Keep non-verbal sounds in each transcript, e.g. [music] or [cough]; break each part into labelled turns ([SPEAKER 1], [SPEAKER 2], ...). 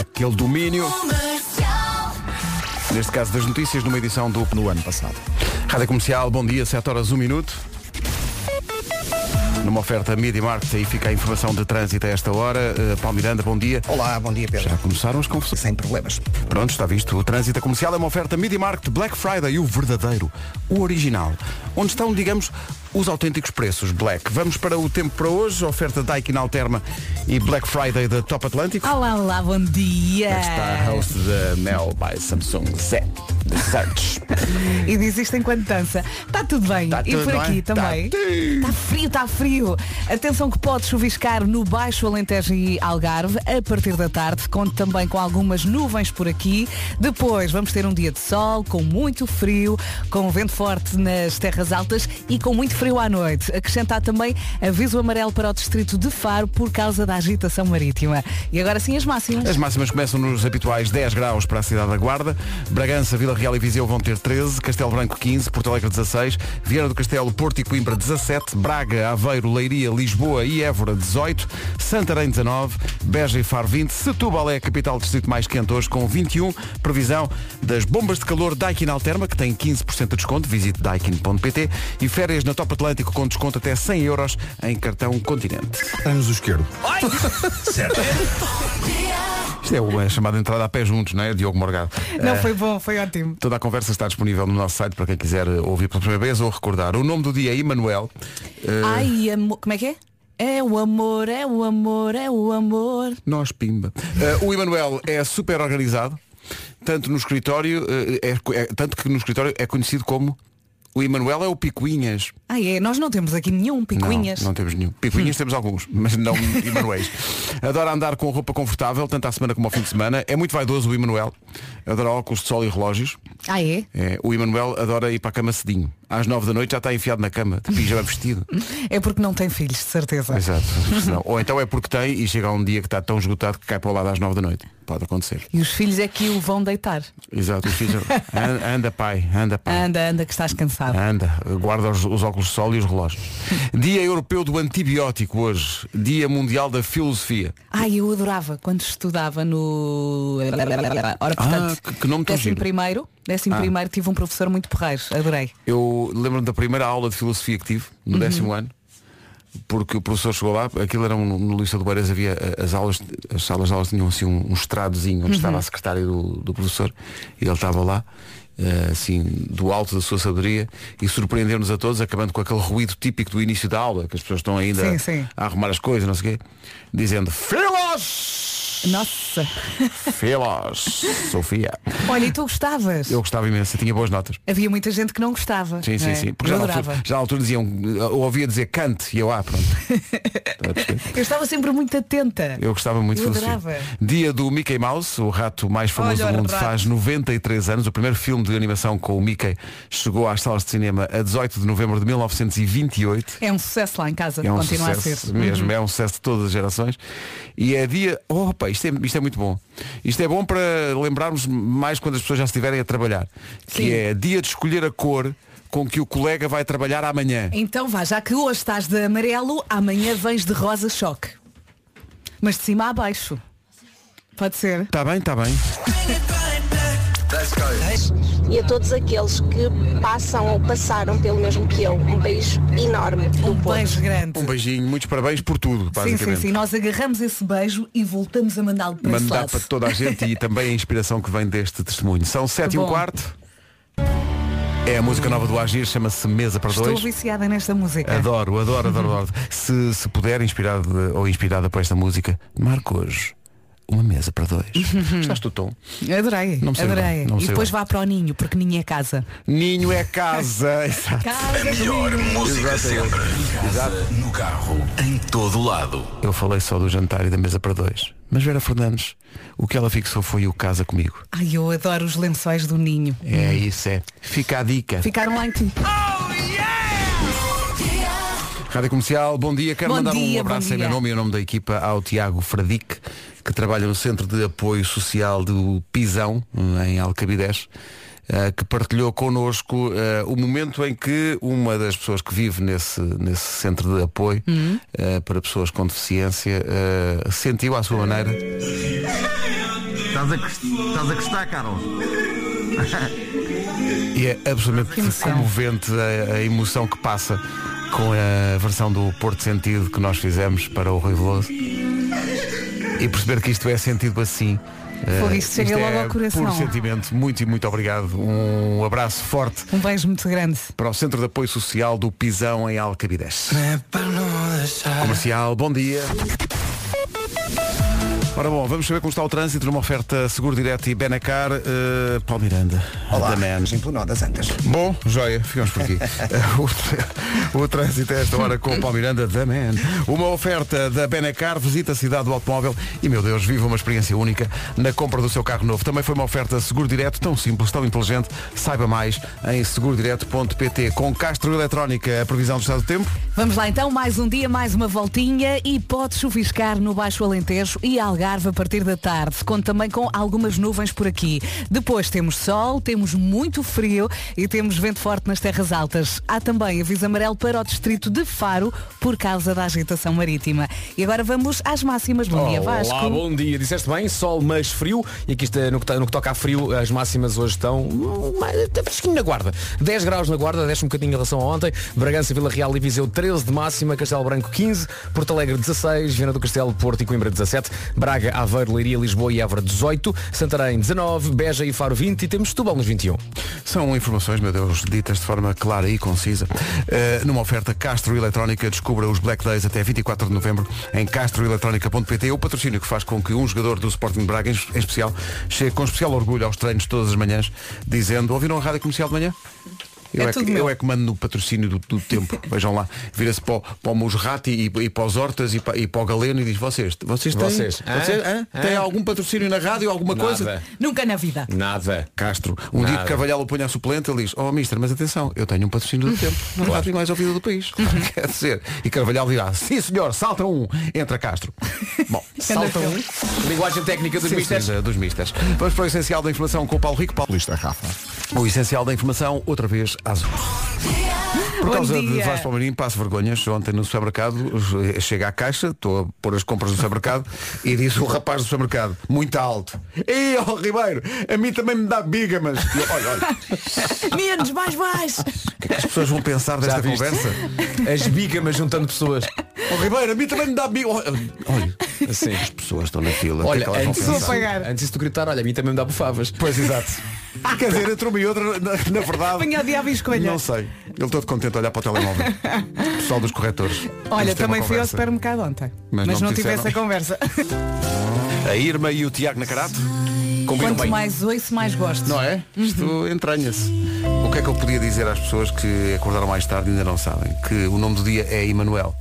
[SPEAKER 1] aquele domínio. Neste caso das notícias, numa edição do
[SPEAKER 2] No ano passado.
[SPEAKER 1] Rádio Comercial, bom dia, 7 horas 1 minuto. Numa oferta Media Market, aí fica a informação de trânsito a esta hora. Uh, Paulo Miranda, bom dia.
[SPEAKER 2] Olá, bom dia Pedro.
[SPEAKER 1] Já começaram as confusões.
[SPEAKER 2] Sem problemas.
[SPEAKER 1] Pronto, está visto. O trânsito comercial é uma oferta Media Market Black Friday, o verdadeiro, o original. Onde estão, digamos, os autênticos preços Black. Vamos para o tempo para hoje, oferta Daikin Alterma e Black Friday da Top Atlântico.
[SPEAKER 3] Olá, olá, bom dia!
[SPEAKER 1] é Está a host da Mel by Samsung Z. The Search.
[SPEAKER 3] E diz isto enquanto dança. Está tudo bem.
[SPEAKER 1] Tá tudo,
[SPEAKER 3] e por
[SPEAKER 1] não é?
[SPEAKER 3] aqui
[SPEAKER 1] Tá
[SPEAKER 3] também.
[SPEAKER 1] tudo.
[SPEAKER 3] Está frio, está frio. Atenção que pode chuviscar no Baixo Alentejo e Algarve a partir da tarde. Conto também com algumas nuvens por aqui. Depois vamos ter um dia de sol, com muito frio, com vento forte nas terras altas e com muito frio à noite. Acrescentar também aviso amarelo para o distrito de Faro por causa da agitação marítima. E agora sim as máximas.
[SPEAKER 1] As máximas começam nos habituais 10 graus para a cidade da Guarda. Bragança, Vila Real e Viseu vão ter 13, Castelo Branco 15, Porto Alegre 16, Vieira do Castelo, Porto e Coimbra 17, Braga, Aveiro, Leiria, Lisboa e Évora 18, Santarém 19, Beja e Faro 20, Setúbal é a capital do distrito mais quente hoje com 21, previsão das bombas de calor Daikin Alterma, que tem 15% de desconto, visite daikin.pt e férias na Top Atlântico com desconto até 100 euros em cartão Continente.
[SPEAKER 2] Anos o esquerdo.
[SPEAKER 1] Isto é uma chamada entrada a pé juntos, não é, Diogo Morgado?
[SPEAKER 3] Não foi bom, foi ótimo.
[SPEAKER 1] Toda a conversa está disponível no nosso site para quem quiser eh, ouvir pela primeira vez ou recordar. O nome do dia é Emanuel. Eh,
[SPEAKER 3] Ai, amor. Como é que é? É o amor, é o amor, é o amor.
[SPEAKER 1] Nós pimba. Eh, o Emanuel é super organizado, tanto no escritório, eh, é co- é- tanto que no escritório é conhecido como o Emanuel é o Picuinhas.
[SPEAKER 3] Ai, é, nós não temos aqui nenhum, picuinhas.
[SPEAKER 1] Não, não temos nenhum. Picuinhas temos alguns, mas não Emanuéis. Adora andar com roupa confortável, tanto à semana como ao fim de semana. É muito vaidoso o Emanuel. Adora óculos de sol e relógios.
[SPEAKER 3] Ah, é?
[SPEAKER 1] É, o Emanuel adora ir para a cama cedinho. Às nove da noite já está enfiado na cama, de pijama
[SPEAKER 3] [laughs]
[SPEAKER 1] vestido.
[SPEAKER 3] É porque não tem filhos, de certeza.
[SPEAKER 1] Exato. Não. Ou então é porque tem e chega um dia que está tão esgotado que cai para o lado às nove da noite. Pode acontecer.
[SPEAKER 3] E os filhos é que o vão deitar.
[SPEAKER 1] Exato. Os filhos- An- Anda, pai, anda, pai.
[SPEAKER 3] Anda, anda, que estás cansado.
[SPEAKER 1] Anda, guarda os, os óculos de sol e os relógios. Dia Europeu do Antibiótico hoje. Dia Mundial da Filosofia.
[SPEAKER 3] Ai, eu adorava quando estudava no. Ora, portanto,
[SPEAKER 1] Ah, que- que nome tão
[SPEAKER 3] décimo
[SPEAKER 1] giro. Ah.
[SPEAKER 3] primeiro, décimo primeiro tive um professor muito porreiro, adorei.
[SPEAKER 1] Eu lembro-me da primeira aula de filosofia que tive,
[SPEAKER 3] Uhum.
[SPEAKER 1] no décimo ano, porque o professor chegou lá, aquilo era um, no Liceu do Beiras, havia eh, as aulas, as salas de aulas tinham assim um, um estradozinho onde
[SPEAKER 3] Uhum.
[SPEAKER 1] estava a secretária do, do professor e ele estava lá, eh, assim, do alto da sua sabedoria, e surpreendeu-nos a todos, acabando com aquele ruído típico do início da aula, que as pessoas estão ainda
[SPEAKER 3] Sim, sim.
[SPEAKER 1] a arrumar as coisas, não sei o quê, dizendo Filos!
[SPEAKER 3] Nossa!
[SPEAKER 1] Filos! Sofia!
[SPEAKER 3] Olha, e tu gostavas?
[SPEAKER 1] Eu gostava imenso, eu tinha boas notas.
[SPEAKER 3] Havia muita gente que não gostava.
[SPEAKER 1] Sim,
[SPEAKER 3] não
[SPEAKER 1] sim,
[SPEAKER 3] é?
[SPEAKER 1] sim. Porque
[SPEAKER 3] Eu
[SPEAKER 1] já na,
[SPEAKER 3] adorava.
[SPEAKER 1] altura, já na altura diziam, eu ouvia dizer Kant e eu, ah,
[SPEAKER 3] [laughs]
[SPEAKER 1] pronto. Está a perceber?
[SPEAKER 3] Eu estava sempre muito atenta.
[SPEAKER 1] eu gostava muito de
[SPEAKER 3] Eu
[SPEAKER 1] filosofia.
[SPEAKER 3] adorava.
[SPEAKER 1] Dia do Mickey Mouse, o rato mais famoso
[SPEAKER 3] Olha,
[SPEAKER 1] do
[SPEAKER 3] o
[SPEAKER 1] mundo,
[SPEAKER 3] rato.
[SPEAKER 1] faz 93 anos. O primeiro filme de animação com o Mickey chegou às salas de cinema a 18 de novembro de 1928.
[SPEAKER 3] É um sucesso lá em casa,
[SPEAKER 1] É um
[SPEAKER 3] continua a
[SPEAKER 1] sucesso
[SPEAKER 3] ser. Uhum.
[SPEAKER 1] mesmo, é um sucesso de todas as gerações. E é dia. Opa, isto é, isto é muito bom. Isto é bom para lembrarmos mais quando as pessoas já estiverem a trabalhar.
[SPEAKER 3] Sim.
[SPEAKER 1] Que é dia de escolher a cor com que o colega vai trabalhar amanhã.
[SPEAKER 3] Então vá, já que hoje estás de amarelo, amanhã vens de rosa choque. Mas de cima a baixo. Pode ser.
[SPEAKER 1] Está Tá bem, está bem.
[SPEAKER 4] e a todos aqueles que passam ou passaram pelo mesmo que eu. Um beijo enorme do
[SPEAKER 3] Um
[SPEAKER 4] Porto.
[SPEAKER 3] beijo grande.
[SPEAKER 1] Um beijinho, muitos parabéns por tudo,
[SPEAKER 3] sim, sim,
[SPEAKER 1] basicamente.
[SPEAKER 3] sim. é Nós agarramos esse beijo e voltamos a mandá-lo para esse
[SPEAKER 1] Mandar
[SPEAKER 3] lado.
[SPEAKER 1] para toda a gente e também a inspiração que vem deste testemunho. São sete e um
[SPEAKER 3] bom.
[SPEAKER 1] quarto. É a música nova do Agir, chama-se Mesa para
[SPEAKER 3] Estou É.
[SPEAKER 1] Dois.
[SPEAKER 3] viciada nesta música.
[SPEAKER 1] Adoro, adoro, adoro, adoro. Se, se puder, inspirado ou inspirada por esta música, marco hoje uma mesa para
[SPEAKER 3] [laughs]
[SPEAKER 1] dois. Estás do tom?
[SPEAKER 3] Adorei,
[SPEAKER 1] Não me sei
[SPEAKER 3] adorei.
[SPEAKER 1] bem, não me
[SPEAKER 3] e
[SPEAKER 1] sei
[SPEAKER 3] depois
[SPEAKER 1] bem.
[SPEAKER 3] vá para o ninho, porque ninho é casa.
[SPEAKER 1] Ninho é
[SPEAKER 3] [laughs]
[SPEAKER 1] casa. Exato.
[SPEAKER 3] Casa do ninho.
[SPEAKER 5] Música sempre. Exato. No carro, em todo lado.
[SPEAKER 1] Eu falei só do jantar e da mesa para dois. Mas Vera Fernandes, o que ela fixou foi o casa comigo.
[SPEAKER 3] Ai, eu adoro os lençóis do ninho.
[SPEAKER 1] É isso, é. Fica a dica.
[SPEAKER 3] Ficaram lá em ti.
[SPEAKER 1] Rádio Comercial, bom dia. Quero
[SPEAKER 3] Bom
[SPEAKER 1] mandar um
[SPEAKER 3] dia,
[SPEAKER 1] abraço
[SPEAKER 3] bom
[SPEAKER 1] em meu
[SPEAKER 3] dia.
[SPEAKER 1] nome e em nome da equipa ao Tiago Fradique, que trabalha no Centro de Apoio Social do Pisão, em Alcabidez, eh, que partilhou connosco eh, o momento em que uma das pessoas que vive nesse, nesse centro de apoio
[SPEAKER 3] Uhum.
[SPEAKER 1] eh, para pessoas com deficiência eh, sentiu à sua maneira
[SPEAKER 2] Estás a, cust- estás a gostar, Carlos?
[SPEAKER 1] [laughs] E é absolutamente
[SPEAKER 3] emoção.
[SPEAKER 1] comovente a, a emoção que passa com a versão do Porto Sentido que nós fizemos para o Rui Veloso. E perceber que isto é sentido assim.
[SPEAKER 3] Fogo,
[SPEAKER 1] Eh,
[SPEAKER 3] isto chega logo
[SPEAKER 1] é
[SPEAKER 3] ao coração.
[SPEAKER 1] Puro sentimento. Muito e muito obrigado. Um abraço forte
[SPEAKER 3] Um beijo muito grande.
[SPEAKER 1] para o Centro de Apoio Social do Pisão em Alcabides.
[SPEAKER 3] É
[SPEAKER 1] Comercial, bom dia. Ora bom, vamos saber como está o trânsito numa oferta Seguro Direto e Benacar. Eh, Paulo Miranda.
[SPEAKER 6] Olá,
[SPEAKER 1] da Man.
[SPEAKER 6] em Plenó das Antas.
[SPEAKER 1] Bom, joia, ficamos por aqui. Eh, o, tr- o trânsito a esta hora com o Paulo Miranda da Man. Uma oferta da Benacar, visita a cidade do automóvel e, meu Deus, viva uma experiência única na compra do seu carro novo. Também foi uma oferta Seguro Direto, tão simples, tão inteligente. Saiba mais em segurodireto.pt. Com Castro Eletrónica, a previsão do estado do tempo.
[SPEAKER 3] Vamos lá então, mais um dia, mais uma voltinha e pode chuviscar no Baixo Alentejo e Algarve a partir da tarde. Conto também com algumas nuvens por aqui. Depois temos sol, temos muito frio e temos vento forte nas terras altas. Há também aviso amarelo para o distrito de Faro por causa da agitação marítima. E agora vamos às máximas. Bom dia, Vasco.
[SPEAKER 7] Olá, bom dia. Disseste bem, sol mas frio. E aqui está, no, que, to- no que toca a frio, as máximas hoje estão hum, mais- até fresquinho na guarda. 10 graus na guarda, desce um bocadinho em relação a ontem. Bragança, Vila Real e Viseu 13 de máxima, Castelo Branco 15, Porto Alegre 16, Viana do Castelo, Porto e Coimbra 17, Braga, Aveiro, Leiria, Lisboa e Évora 18, Santarém 19, Beja e Faro 20 e um. temos Setúbal nos 21.
[SPEAKER 1] São informações, meu Deus, ditas de forma clara e concisa. Eh, numa oferta Castro Eletrónica, descubra os Black Days até 24 de novembro em castroeletronica.pt. O patrocínio que faz com que um jogador do Sporting de Braga, em em especial, chegue com especial orgulho aos treinos todas as manhãs, dizendo, ouviram a rádio comercial de manhã? Eu
[SPEAKER 3] É
[SPEAKER 1] é,
[SPEAKER 3] tudo
[SPEAKER 1] que, eu
[SPEAKER 3] meu.
[SPEAKER 1] é que mando no patrocínio do, do
[SPEAKER 3] [laughs]
[SPEAKER 1] tempo. Vejam lá. Vira-se para, o- para o Musrati e, e para os Hortas e para, e para o Galeno e diz, vocês, vocês têm,
[SPEAKER 7] Vocês, hã?
[SPEAKER 1] hã?
[SPEAKER 7] Hã?
[SPEAKER 1] têm algum patrocínio na rádio, alguma coisa?
[SPEAKER 3] Nunca
[SPEAKER 1] [laughs]
[SPEAKER 3] na vida.
[SPEAKER 7] Nada.
[SPEAKER 1] Castro. Um dia que Carvalhal o ponha à suplente, ele diz, oh mister, mas atenção, eu tenho um patrocínio do tempo, não claro. rádio mais ouvida do país. [laughs] Quer dizer, e Carvalhal dirá, sim senhor, salta um, entra Castro. Bom, salta um.
[SPEAKER 7] Linguagem técnica dos
[SPEAKER 1] Sim,
[SPEAKER 7] mistérios.
[SPEAKER 1] sim, dos misters. Vamos para o essencial da informação com o Paulo Rico. Paulo
[SPEAKER 6] Lista Rafa.
[SPEAKER 1] o essencial da informação, outra vez, às 8. Por
[SPEAKER 3] Bom
[SPEAKER 1] causa de
[SPEAKER 3] dia.
[SPEAKER 1] Vasco Palmeirinho, passo vergonhas. Ontem no supermercado, eh, chega à caixa, estou a pôr as compras no supermercado e diz o rapaz do supermercado, muito alto. Ei, ó Ribeiro, a mim também me dá biga, mas... E eu, Olha,
[SPEAKER 7] [laughs]
[SPEAKER 1] olha,
[SPEAKER 3] Menos, mais, mais.
[SPEAKER 1] o que é que as pessoas vão pensar desta
[SPEAKER 7] viste?
[SPEAKER 1] conversa?
[SPEAKER 7] As bigamas juntando pessoas.
[SPEAKER 1] Ó Ribeiro, a mim também me dá biga. Olha, olha,
[SPEAKER 7] Assim.
[SPEAKER 1] as pessoas estão na fila. o que é
[SPEAKER 7] Olha,
[SPEAKER 1] que elas vão
[SPEAKER 7] antes
[SPEAKER 1] pensar?
[SPEAKER 3] Vou apagar.
[SPEAKER 7] antes de tu gritar, olha, a mim também me dá bufavas.
[SPEAKER 1] Pois, exato. Quer dizer, entre uma e outra, na, na verdade...
[SPEAKER 3] Apanha o diabo e escolha.
[SPEAKER 1] Não sei. Ele todo contente a olhar para o
[SPEAKER 3] [laughs]
[SPEAKER 1] telemóvel. Pessoal dos corretores. Vamos
[SPEAKER 3] Olha,
[SPEAKER 1] ter uma
[SPEAKER 3] também fui ao
[SPEAKER 1] conversa.
[SPEAKER 3] supermercado ontem.
[SPEAKER 1] Mas
[SPEAKER 3] Mas,
[SPEAKER 1] não me
[SPEAKER 3] não, tive
[SPEAKER 1] disseram.
[SPEAKER 3] essa conversa.
[SPEAKER 1] A Irma e o Tiago Nacarato combinam
[SPEAKER 3] Quanto
[SPEAKER 1] bem.
[SPEAKER 3] mais Uhum. ouço, mais gosto.
[SPEAKER 1] Não é? Isto entranha-se. O que é que eu podia dizer às pessoas que acordaram mais tarde e ainda não sabem? Que o nome do dia é Emanuel.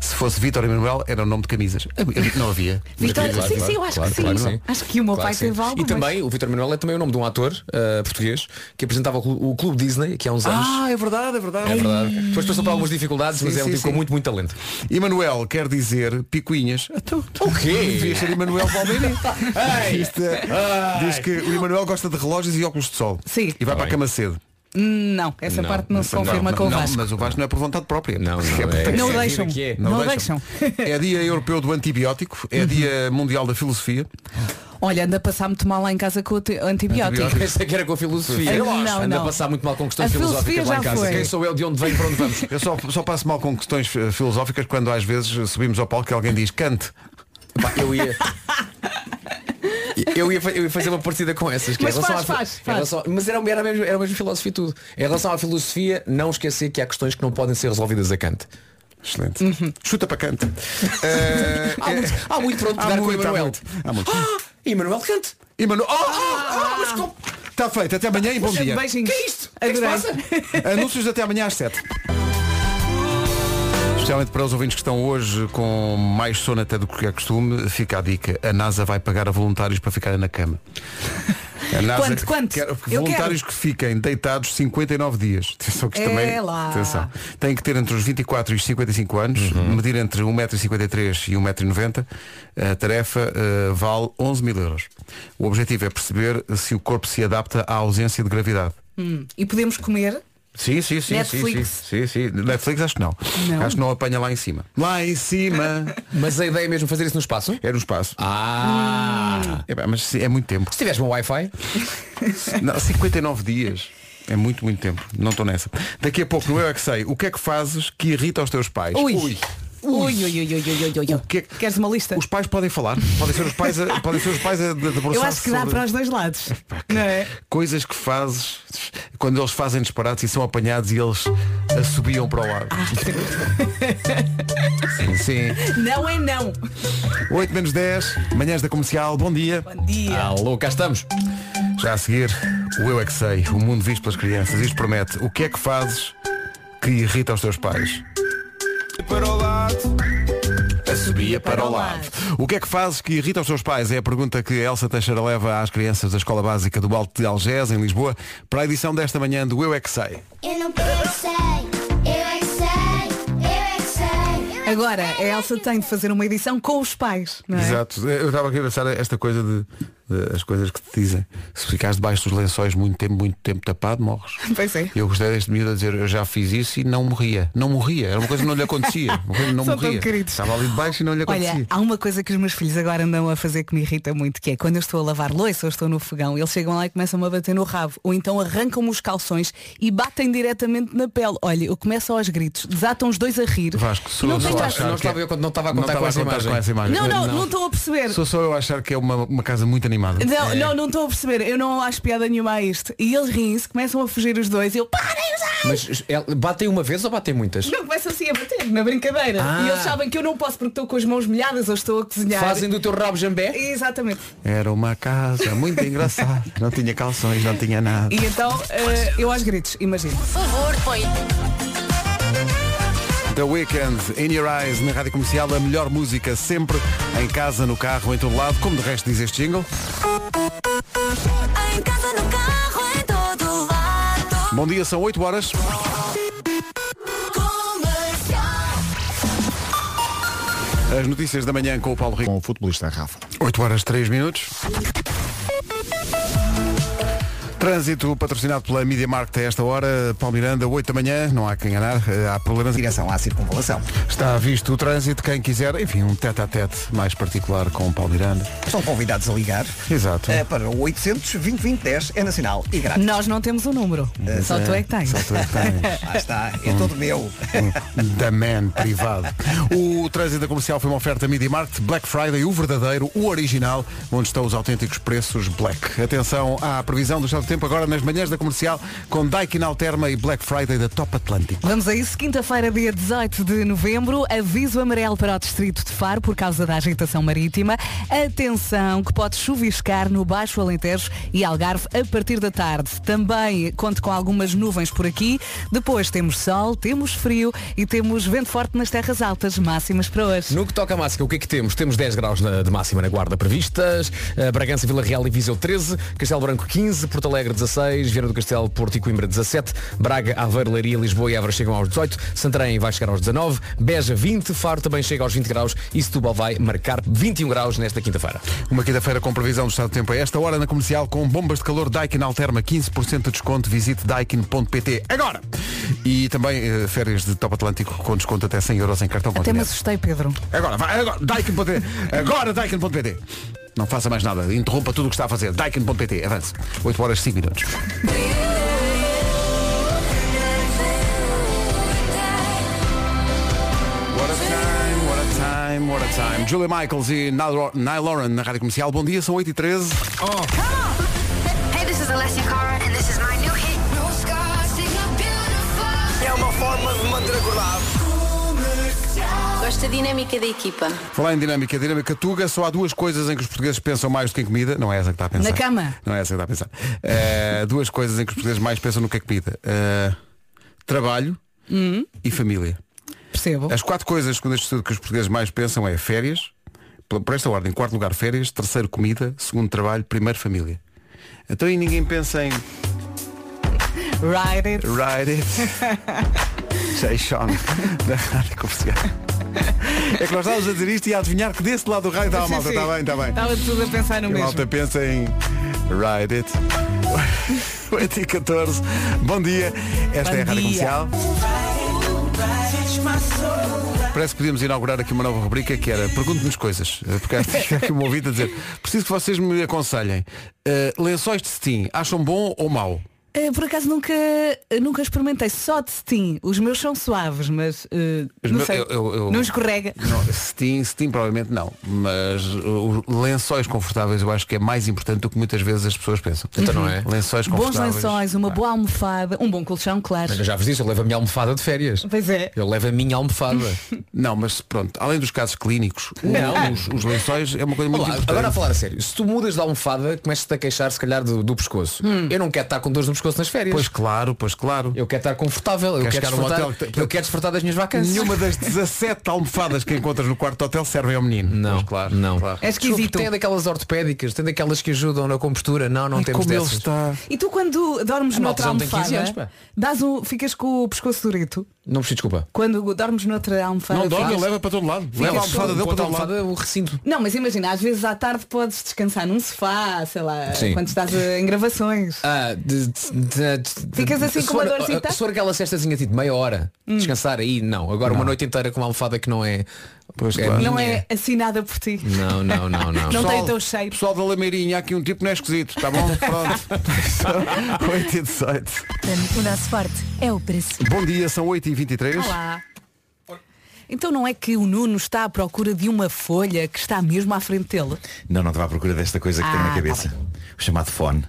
[SPEAKER 1] Se fosse Vítor Emanuel, era o nome de camisas. Não havia. Mas
[SPEAKER 7] é
[SPEAKER 3] Vitória,
[SPEAKER 1] camisas.
[SPEAKER 3] sim, sim, eu acho
[SPEAKER 7] claro,
[SPEAKER 3] que sim.
[SPEAKER 7] claro que sim.
[SPEAKER 3] Acho que o meu
[SPEAKER 7] Claro
[SPEAKER 3] pai
[SPEAKER 7] que sim.
[SPEAKER 3] teve algo.
[SPEAKER 7] E também, o Vitor Manuel é também o nome de um ator eh, português que apresentava o Clu- o Clube Disney, que há uns anos.
[SPEAKER 1] Ah, é verdade, é verdade.
[SPEAKER 7] É verdade. Depois passou por algumas dificuldades, mas
[SPEAKER 1] Sim,
[SPEAKER 7] é um
[SPEAKER 1] sim,
[SPEAKER 7] tipo com
[SPEAKER 1] sim.
[SPEAKER 7] muito, muito talento.
[SPEAKER 1] Emanuel quer dizer picuinhas. Ah,
[SPEAKER 7] O quê?
[SPEAKER 1] Devia ser Emanuel
[SPEAKER 3] [laughs]
[SPEAKER 1] Palmeirinho. Isto é- Diz que o Emanuel gosta de relógios e óculos de sol.
[SPEAKER 3] Sim.
[SPEAKER 1] E vai para a
[SPEAKER 7] bem.
[SPEAKER 1] cama cedo.
[SPEAKER 3] Não, essa
[SPEAKER 7] Não,
[SPEAKER 3] parte não se confirma
[SPEAKER 1] não,
[SPEAKER 3] com o
[SPEAKER 1] não,
[SPEAKER 3] Vasco.
[SPEAKER 1] mas o Vasco não é por vontade própria.
[SPEAKER 7] Não, não,
[SPEAKER 1] É
[SPEAKER 7] é-
[SPEAKER 1] porque-
[SPEAKER 3] Não
[SPEAKER 7] Sim,
[SPEAKER 3] o
[SPEAKER 7] a
[SPEAKER 3] deixam.
[SPEAKER 7] vida que é. [laughs]
[SPEAKER 3] Não, o deixam.
[SPEAKER 1] É dia europeu do antibiótico, é dia mundial da filosofia.
[SPEAKER 3] Olha, anda a passar muito mal lá em casa com o te- antibiótico.
[SPEAKER 1] Antibiótico.
[SPEAKER 7] Pensei que era com a filosofia.
[SPEAKER 3] Não,
[SPEAKER 7] Anda
[SPEAKER 3] não.
[SPEAKER 7] a passar muito mal com
[SPEAKER 3] A
[SPEAKER 7] questões
[SPEAKER 3] filosofia
[SPEAKER 7] filosóficas lá
[SPEAKER 3] já
[SPEAKER 7] em casa.
[SPEAKER 3] foi.
[SPEAKER 7] Quem sou eu, de onde venho, para onde vamos?
[SPEAKER 1] Eu só, só passo mal com questões eh, filosóficas quando às vezes eh, subimos ao palco e alguém diz cante.
[SPEAKER 7] Pá, eu ia. Eu ia, fa- eu ia fazer uma partida com essas. que é
[SPEAKER 3] Mas
[SPEAKER 7] em relação
[SPEAKER 3] faz,
[SPEAKER 7] à-
[SPEAKER 3] faz,
[SPEAKER 7] em
[SPEAKER 3] faz.
[SPEAKER 7] relação- mas era, era, mesmo, era mesmo filosofia e tudo. Em relação à filosofia, não esquecer que há questões que não podem ser resolvidas a Kant.
[SPEAKER 1] Excelente. Chuta para cante. Eh,
[SPEAKER 7] Há muito, é- há muito pronto
[SPEAKER 1] Há
[SPEAKER 7] pegar com o
[SPEAKER 1] muito, há
[SPEAKER 7] Emanuel.
[SPEAKER 1] muito, há muito. [gasps]
[SPEAKER 7] Ah, Emanuel Kant.
[SPEAKER 1] E Manu... Oh, oh, oh, mas como- Está feito, até amanhã e bom dia.
[SPEAKER 3] Beijinhos.
[SPEAKER 7] Que é isto? O que é que se
[SPEAKER 3] Adorei.
[SPEAKER 1] [laughs]
[SPEAKER 7] passa?
[SPEAKER 1] Anúncios de até amanhã às 7. Especialmente para os ouvintes que estão hoje com mais sono até do que é costume, fica a dica. A NASA vai pagar a voluntários para ficarem na cama. A NASA
[SPEAKER 3] Quanto, quanto?
[SPEAKER 1] quer
[SPEAKER 3] Eu
[SPEAKER 1] voluntários que fiquem deitados 59 dias. Atenção que isto
[SPEAKER 3] É
[SPEAKER 1] também.
[SPEAKER 3] lá.
[SPEAKER 1] Atenção. Têm que ter entre os 24 e os 55 anos, medir entre 1,53m e 1,90m. A tarefa eh, vale 11 mil euros. O objetivo é perceber se o corpo se adapta à ausência de gravidade.
[SPEAKER 3] Hum, E podemos comer
[SPEAKER 1] Sim, sim, sim,
[SPEAKER 3] Netflix.
[SPEAKER 1] sim, sim, sim, sim. Netflix acho que não.
[SPEAKER 3] Não.
[SPEAKER 1] Acho que não apanha lá em cima. Lá em cima
[SPEAKER 3] [laughs]
[SPEAKER 7] Mas a ideia é mesmo fazer isso no espaço?
[SPEAKER 1] era um espaço.
[SPEAKER 7] Ah!
[SPEAKER 1] Epá, mas é muito tempo.
[SPEAKER 7] Se tiveres um Wi-Fi,
[SPEAKER 1] Não, 59 dias. É muito, muito tempo. Não estou nessa. Daqui a pouco, no Eu é que sei, o que é que fazes que irrita os teus pais?
[SPEAKER 3] Ui. Ui. Ui, ui, ui, ui, ui, ui, ui.
[SPEAKER 1] que é que-
[SPEAKER 3] Queres uma lista?
[SPEAKER 1] Os pais podem falar. Podem ser os pais a, podem ser os pais a de- debruçar-se
[SPEAKER 3] Eu acho que dá
[SPEAKER 1] sobre
[SPEAKER 3] para os dois [laughs] lados. Não é?
[SPEAKER 1] Coisas que fazes quando eles fazem disparates e são apanhados e eles assobiam para o ar.
[SPEAKER 3] Ah.
[SPEAKER 1] sim, sim.
[SPEAKER 3] Não é não.
[SPEAKER 1] 8 menos 10, manhãs da comercial, bom dia.
[SPEAKER 3] Bom dia.
[SPEAKER 7] alô, cá estamos.
[SPEAKER 1] Já a seguir, o Eu é que sei, o mundo visto pelas crianças. Isto promete. O que é que fazes que irrita os teus pais? Para o lado. Subia para o lado. O que é que fazes que irrita os teus pais? É a pergunta que Elsa Teixeira leva às crianças da Escola Básica do Alto de Algés, em Lisboa, para a edição desta manhã do Eu É Que Sei.
[SPEAKER 6] Eu não eu é que sei, eu é que sei, eu é que sei. eu é que
[SPEAKER 3] Agora, a
[SPEAKER 6] sei,
[SPEAKER 3] Elsa
[SPEAKER 6] eu é que
[SPEAKER 3] tem de fazer uma edição com os pais. Não é?
[SPEAKER 1] Exato. Eu estava aqui a pensar esta coisa de, de- as coisas que te dizem. Se ficares debaixo dos lençóis muito tempo, muito tempo tapado, morres.
[SPEAKER 3] Pois é.
[SPEAKER 1] Eu gostei deste miúdo a dizer, eu já fiz isso e não morria. Não morria. Era uma coisa que não lhe acontecia.
[SPEAKER 3] [laughs]
[SPEAKER 1] Uma coisa que não
[SPEAKER 3] São tão
[SPEAKER 1] morria.
[SPEAKER 3] queridos.
[SPEAKER 1] Estava ali debaixo e não lhe acontecia.
[SPEAKER 3] Olha, há uma coisa que os meus filhos agora andam a fazer que me irrita muito, que é quando eu estou a lavar louça ou estou no fogão, eles chegam lá e começam-me a bater no rabo, ou então arrancam-me os calções e batem diretamente na pele. Olha, eu começo aos gritos, desatam os dois a rir.
[SPEAKER 1] Vasco, sou
[SPEAKER 3] não
[SPEAKER 1] eu
[SPEAKER 3] tens
[SPEAKER 1] só a
[SPEAKER 3] nada-
[SPEAKER 1] achar
[SPEAKER 7] Não
[SPEAKER 1] que
[SPEAKER 7] estava eu quando não estava a
[SPEAKER 1] Não
[SPEAKER 7] contar
[SPEAKER 1] estava
[SPEAKER 7] com essa
[SPEAKER 1] a contar
[SPEAKER 7] imagem.
[SPEAKER 1] com essa imagem.
[SPEAKER 3] Não, não, não estou a perceber.
[SPEAKER 1] Sou só eu a achar que é uma, uma casa muito animada.
[SPEAKER 3] Não, não, não estou a perceber. Eu não acho piada nenhuma a isto. E eles riem-se, começam a fugir os dois. E eu, parem os ai!
[SPEAKER 7] Mas é, batem uma vez ou batem muitas?
[SPEAKER 3] Não, começam assim a bater, na brincadeira.
[SPEAKER 7] Ah.
[SPEAKER 3] E eles sabem que eu não posso porque estou com as mãos molhadas ou estou a cozinhar.
[SPEAKER 7] Fazem do teu rabo jambé?
[SPEAKER 3] Exatamente.
[SPEAKER 1] Era uma casa
[SPEAKER 3] [laughs]
[SPEAKER 1] muito engraçada. Não tinha calções, não tinha nada.
[SPEAKER 3] E então, eh, eu aos gritos, imagino.
[SPEAKER 1] The Weekend, In Your Eyes, na Rádio Comercial, a melhor música sempre, em casa, no carro, em todo lado, como de resto diz este jingle.
[SPEAKER 8] Em casa, no carro, em todo lado.
[SPEAKER 1] Bom dia, são 8 horas. As notícias da manhã com o Paulo Rico.
[SPEAKER 9] com o futebolista Rafa.
[SPEAKER 1] 8 horas 3 minutos. Trânsito patrocinado pela Media Market a esta hora, Paulo Miranda, 8 da manhã, não há quem enganar, eh, há problemas.
[SPEAKER 9] Direção à circunvalação.
[SPEAKER 1] Está visto o trânsito, quem quiser, enfim, um tete a tete mais particular com o Paulo Miranda.
[SPEAKER 9] Estão convidados a ligar
[SPEAKER 1] Exato.
[SPEAKER 3] É,
[SPEAKER 9] eh, para o 800 20 10 é nacional e grátis.
[SPEAKER 3] Nós não temos o número. Só tu é que tens.
[SPEAKER 1] Só tu é que
[SPEAKER 3] [laughs]
[SPEAKER 1] tens.
[SPEAKER 9] Lá está, é todo meu.
[SPEAKER 1] da man privado. O trânsito da comercial foi uma oferta Media Market, Black Friday, o verdadeiro, o original, onde estão os autênticos preços Black. Atenção à previsão do estado do tempo agora nas manhãs da comercial com Daikin Alterma e Black Friday da Top Atlântico.
[SPEAKER 3] Vamos a isso, quinta-feira, dia 18 de novembro, aviso amarelo para o distrito de Faro por causa da agitação marítima. Atenção, que pode chuviscar no Baixo Alentejo e Algarve a partir da tarde. Também conto com algumas nuvens por aqui. Depois temos sol, temos frio e temos vento forte nas terras altas, máximas para hoje.
[SPEAKER 7] No que toca à máxima, o que é que temos? Temos 10 graus na- de máxima na guarda previstas, eh, Bragança, Vila Real e Viseu 13, Castelo Branco 15, Porto Alegre 16, Viana do Castelo, Porto e Coimbra 17, Braga, Aveiro, Leiria, Lisboa e Évora chegam aos 18, Santarém vai chegar aos 19, Beja 20, Faro também chega aos 20 graus e Setúbal vai marcar 21 graus nesta quinta-feira.
[SPEAKER 1] Uma quinta-feira com previsão do estado do tempo a esta hora na comercial com bombas de calor Daikin Alterma, 15% de desconto. Visite daikin.pt agora. E também eh, férias de Top Atlântico com desconto até 100 euros em cartão
[SPEAKER 3] Até me
[SPEAKER 1] continente.
[SPEAKER 3] assustei, Pedro.
[SPEAKER 1] Agora, vai, agora, Daikin.pt. Agora, Daikin.pt. Não faça mais nada. Interrompa tudo o que está a fazer. Daikin.pt. Avance. 8 horas 5 minutos. What a time, what a time, what a time. Julia Michaels e Nile Nile Lauren na Rádio Comercial. Bom dia, são 8 e 13
[SPEAKER 8] Hey, this is Alessia Cara, and this is my new hit. No scars, sing a beautiful.
[SPEAKER 2] É uma forma de manter acordado.
[SPEAKER 8] Gosto da dinâmica da equipa.
[SPEAKER 1] Falar em dinâmica, dinâmica tuga, só há duas coisas em que os portugueses pensam mais do que em comida. Não é essa que está a pensar.
[SPEAKER 3] Na cama.
[SPEAKER 1] Não é essa que está a pensar. Eh, duas coisas em que os portugueses mais pensam no que é comida. Eh, trabalho e família.
[SPEAKER 3] Percebo.
[SPEAKER 1] As quatro coisas, segundo este estudo, que os portugueses mais pensam é férias, por por esta ordem, quarto lugar férias, terceiro comida, segundo trabalho, primeiro família. Então e ninguém pensa em
[SPEAKER 3] Ride it.
[SPEAKER 1] Ride It,
[SPEAKER 3] [laughs]
[SPEAKER 1] Jay Sean, da Rádio Comercial. É que nós estávamos a dizer isto e a adivinhar que desse lado do raio estava a
[SPEAKER 3] Sim,
[SPEAKER 1] malta,
[SPEAKER 3] sim.
[SPEAKER 1] está bem, está bem.
[SPEAKER 3] Estava tudo a pensar no
[SPEAKER 1] A [laughs]
[SPEAKER 3] mesmo.
[SPEAKER 1] malta pensa em Ride It. 8 e 14. Bom dia. Esta
[SPEAKER 3] Bom
[SPEAKER 1] é a Rádio
[SPEAKER 3] dia.
[SPEAKER 1] Comercial. Parece que podíamos inaugurar aqui uma nova rubrica que era Pergunte-nos coisas. Eh,
[SPEAKER 3] [laughs]
[SPEAKER 1] Porque há tinha aqui um ouvido a dizer Preciso que vocês me aconselhem. Eh, lençóis de cetim, acham bom ou mau?
[SPEAKER 3] Eh, Por acaso nunca, eh, nunca experimentei só de cetim. Os meus são suaves, mas eh,
[SPEAKER 1] Os
[SPEAKER 3] não,
[SPEAKER 1] meus-
[SPEAKER 3] sei,
[SPEAKER 1] eu- eu- eu-
[SPEAKER 3] não escorrega.
[SPEAKER 1] Não, Steam, Steam provavelmente não, mas uh, os lençóis confortáveis eu acho que é mais importante do que muitas vezes as pessoas pensam.
[SPEAKER 7] Então não é?
[SPEAKER 1] Lençóis
[SPEAKER 3] Bons
[SPEAKER 1] confortáveis.
[SPEAKER 3] lençóis, uma boa almofada, um bom colchão, claro.
[SPEAKER 7] Eu já vos disse, eu levo a minha almofada de férias.
[SPEAKER 3] [laughs] Pois é.
[SPEAKER 7] Eu levo a minha [laughs] almofada.
[SPEAKER 1] Não, mas pronto, além dos casos clínicos, o-
[SPEAKER 7] Não.
[SPEAKER 1] Os, os lençóis é uma coisa muito
[SPEAKER 7] Olá,
[SPEAKER 1] importante.
[SPEAKER 7] agora a falar a sério, se tu mudas de almofada, começas-te a queixar se calhar do, do pescoço. Eu não quero estar com dores no pescoço nas férias.
[SPEAKER 1] Pois claro, pois claro.
[SPEAKER 7] Eu quero estar confortável, eu
[SPEAKER 1] Queres
[SPEAKER 7] quero,
[SPEAKER 1] chegar a um
[SPEAKER 7] desfrutar,
[SPEAKER 1] hotel que tem-
[SPEAKER 7] eu quero desfrutar das minhas vacâncias.
[SPEAKER 1] Nenhuma das 17 almofadas que encontras no quarto do hotel servem ao menino.
[SPEAKER 7] Não,
[SPEAKER 1] Pois claro,
[SPEAKER 7] não.
[SPEAKER 1] claro.
[SPEAKER 3] É esquisito.
[SPEAKER 7] Tem daquelas ortopédicas, tem daquelas que ajudam na compostura. Não, não
[SPEAKER 1] Ai,
[SPEAKER 7] temos
[SPEAKER 1] como ele
[SPEAKER 7] dessas.
[SPEAKER 1] está.
[SPEAKER 3] E tu quando dormes
[SPEAKER 7] A
[SPEAKER 3] noutra
[SPEAKER 7] maldição tem 15
[SPEAKER 3] almofada,
[SPEAKER 7] anos, pá.
[SPEAKER 3] dás um, ficas com o pescoço durito.
[SPEAKER 7] Não preciso desculpa.
[SPEAKER 3] Quando dormes noutra almofada.
[SPEAKER 1] Não dorme,
[SPEAKER 3] ficas-
[SPEAKER 1] ele é- leva para todo lado. Leva a almofada dele para
[SPEAKER 7] Quando a
[SPEAKER 1] todo lado.
[SPEAKER 7] almofada, o recinto.
[SPEAKER 3] Não, mas imagina, às vezes à tarde podes descansar num sofá, sei lá,
[SPEAKER 7] Sim.
[SPEAKER 3] quando estás eh, em gravações.
[SPEAKER 7] Ah, de- de- de-
[SPEAKER 3] Ficas assim
[SPEAKER 7] se
[SPEAKER 3] com uma
[SPEAKER 7] for-
[SPEAKER 3] dorzinha? Hum.
[SPEAKER 7] Se for aquela cestazinha tipo meia hora, descansar aí, não. Agora uma noite inteira com uma almofada que não é.
[SPEAKER 1] Pois,
[SPEAKER 7] é
[SPEAKER 1] claro.
[SPEAKER 3] Não
[SPEAKER 7] minha.
[SPEAKER 3] é assinada por ti.
[SPEAKER 7] Não, não, não, não.
[SPEAKER 3] Não tem
[SPEAKER 1] Pessoal-
[SPEAKER 3] o teu shape.
[SPEAKER 1] Pessoal da Lameirinha, há aqui um tipo que não é esquisito. Está bom? Pronto. 8 e 18.
[SPEAKER 10] O nosso forte é o preço.
[SPEAKER 1] Bom dia, são 8h23.
[SPEAKER 3] Olá. Então não é que o Nuno está à procura de uma folha que está mesmo à frente dele?
[SPEAKER 11] Não, não estava à procura desta coisa que tem
[SPEAKER 3] Ah,
[SPEAKER 11] na
[SPEAKER 3] tá
[SPEAKER 11] cabeça. O chamado fone.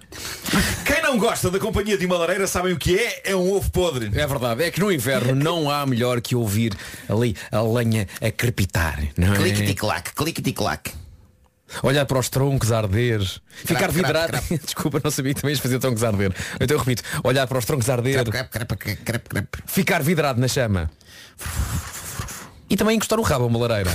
[SPEAKER 11] Quem não gosta da companhia de uma lareira sabem o que é? É um ovo podre.
[SPEAKER 7] É verdade, é que no inverno não há melhor que ouvir ali a lenha a crepitar. Não é?
[SPEAKER 12] Clickety-clack, clickety-clack.
[SPEAKER 7] Olhar para os troncos a arder. Ficar
[SPEAKER 12] crap,
[SPEAKER 7] vidrado. [laughs] Desculpa, não sabia que também ias fazer troncos a arder. Então eu repito, olhar para os troncos a arder.
[SPEAKER 12] Crap, crap, crap, crap, crap.
[SPEAKER 7] Ficar vidrado na chama. E também encostar o rabo a uma lareira.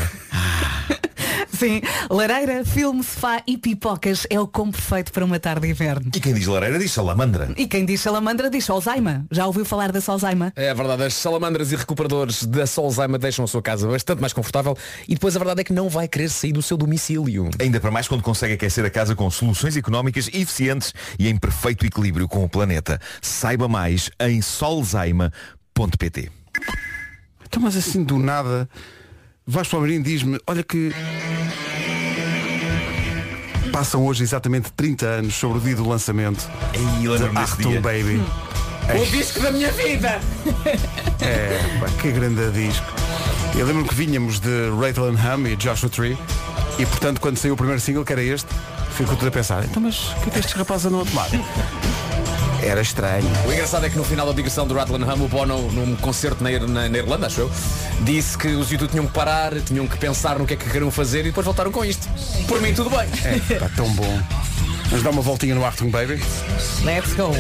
[SPEAKER 3] Sim, lareira, filme, sofá e pipocas é o combo perfeito para uma tarde de inverno.
[SPEAKER 11] E quem diz lareira diz salamandra.
[SPEAKER 3] E quem diz salamandra diz Alzheimer. Já ouviu falar da Alzheimer?
[SPEAKER 7] É verdade, as salamandras e recuperadores da Solzheimer deixam a sua casa bastante mais confortável e depois a verdade é que não vai querer sair do seu domicílio.
[SPEAKER 11] Ainda para mais quando consegue aquecer a casa com soluções económicas eficientes e em perfeito equilíbrio com o planeta. Saiba mais em solzaima.pt.
[SPEAKER 1] Então, mas assim do nada, vais para o Marinho e diz-me, olha que. Passam hoje exatamente 30 anos sobre o dia do lançamento
[SPEAKER 11] Ei,
[SPEAKER 1] de
[SPEAKER 11] lembro-me desse
[SPEAKER 1] Achtung
[SPEAKER 11] dia.
[SPEAKER 1] Baby.
[SPEAKER 7] O disco da minha vida!
[SPEAKER 1] É, pá, que grande disco. Eu lembro-me que vinhamos de Rattle Hum e Joshua Tree e, portanto, quando saiu o primeiro single, que era este, fico tudo a pensar, então mas o que é que estes rapazes andam a tomar? Era estranho.
[SPEAKER 7] O engraçado é que no final da digressão do Rattlan Hum, o Bono, num concerto na, Ir- na- na Irlanda, acho eu, disse que os YouTube tinham que parar, tinham que pensar no que é que queriam fazer e depois voltaram com isto. Por mim, tudo bem.
[SPEAKER 1] É, pá, tão bom. Vamos dar uma voltinha no Achtung Baby.
[SPEAKER 3] Let's go.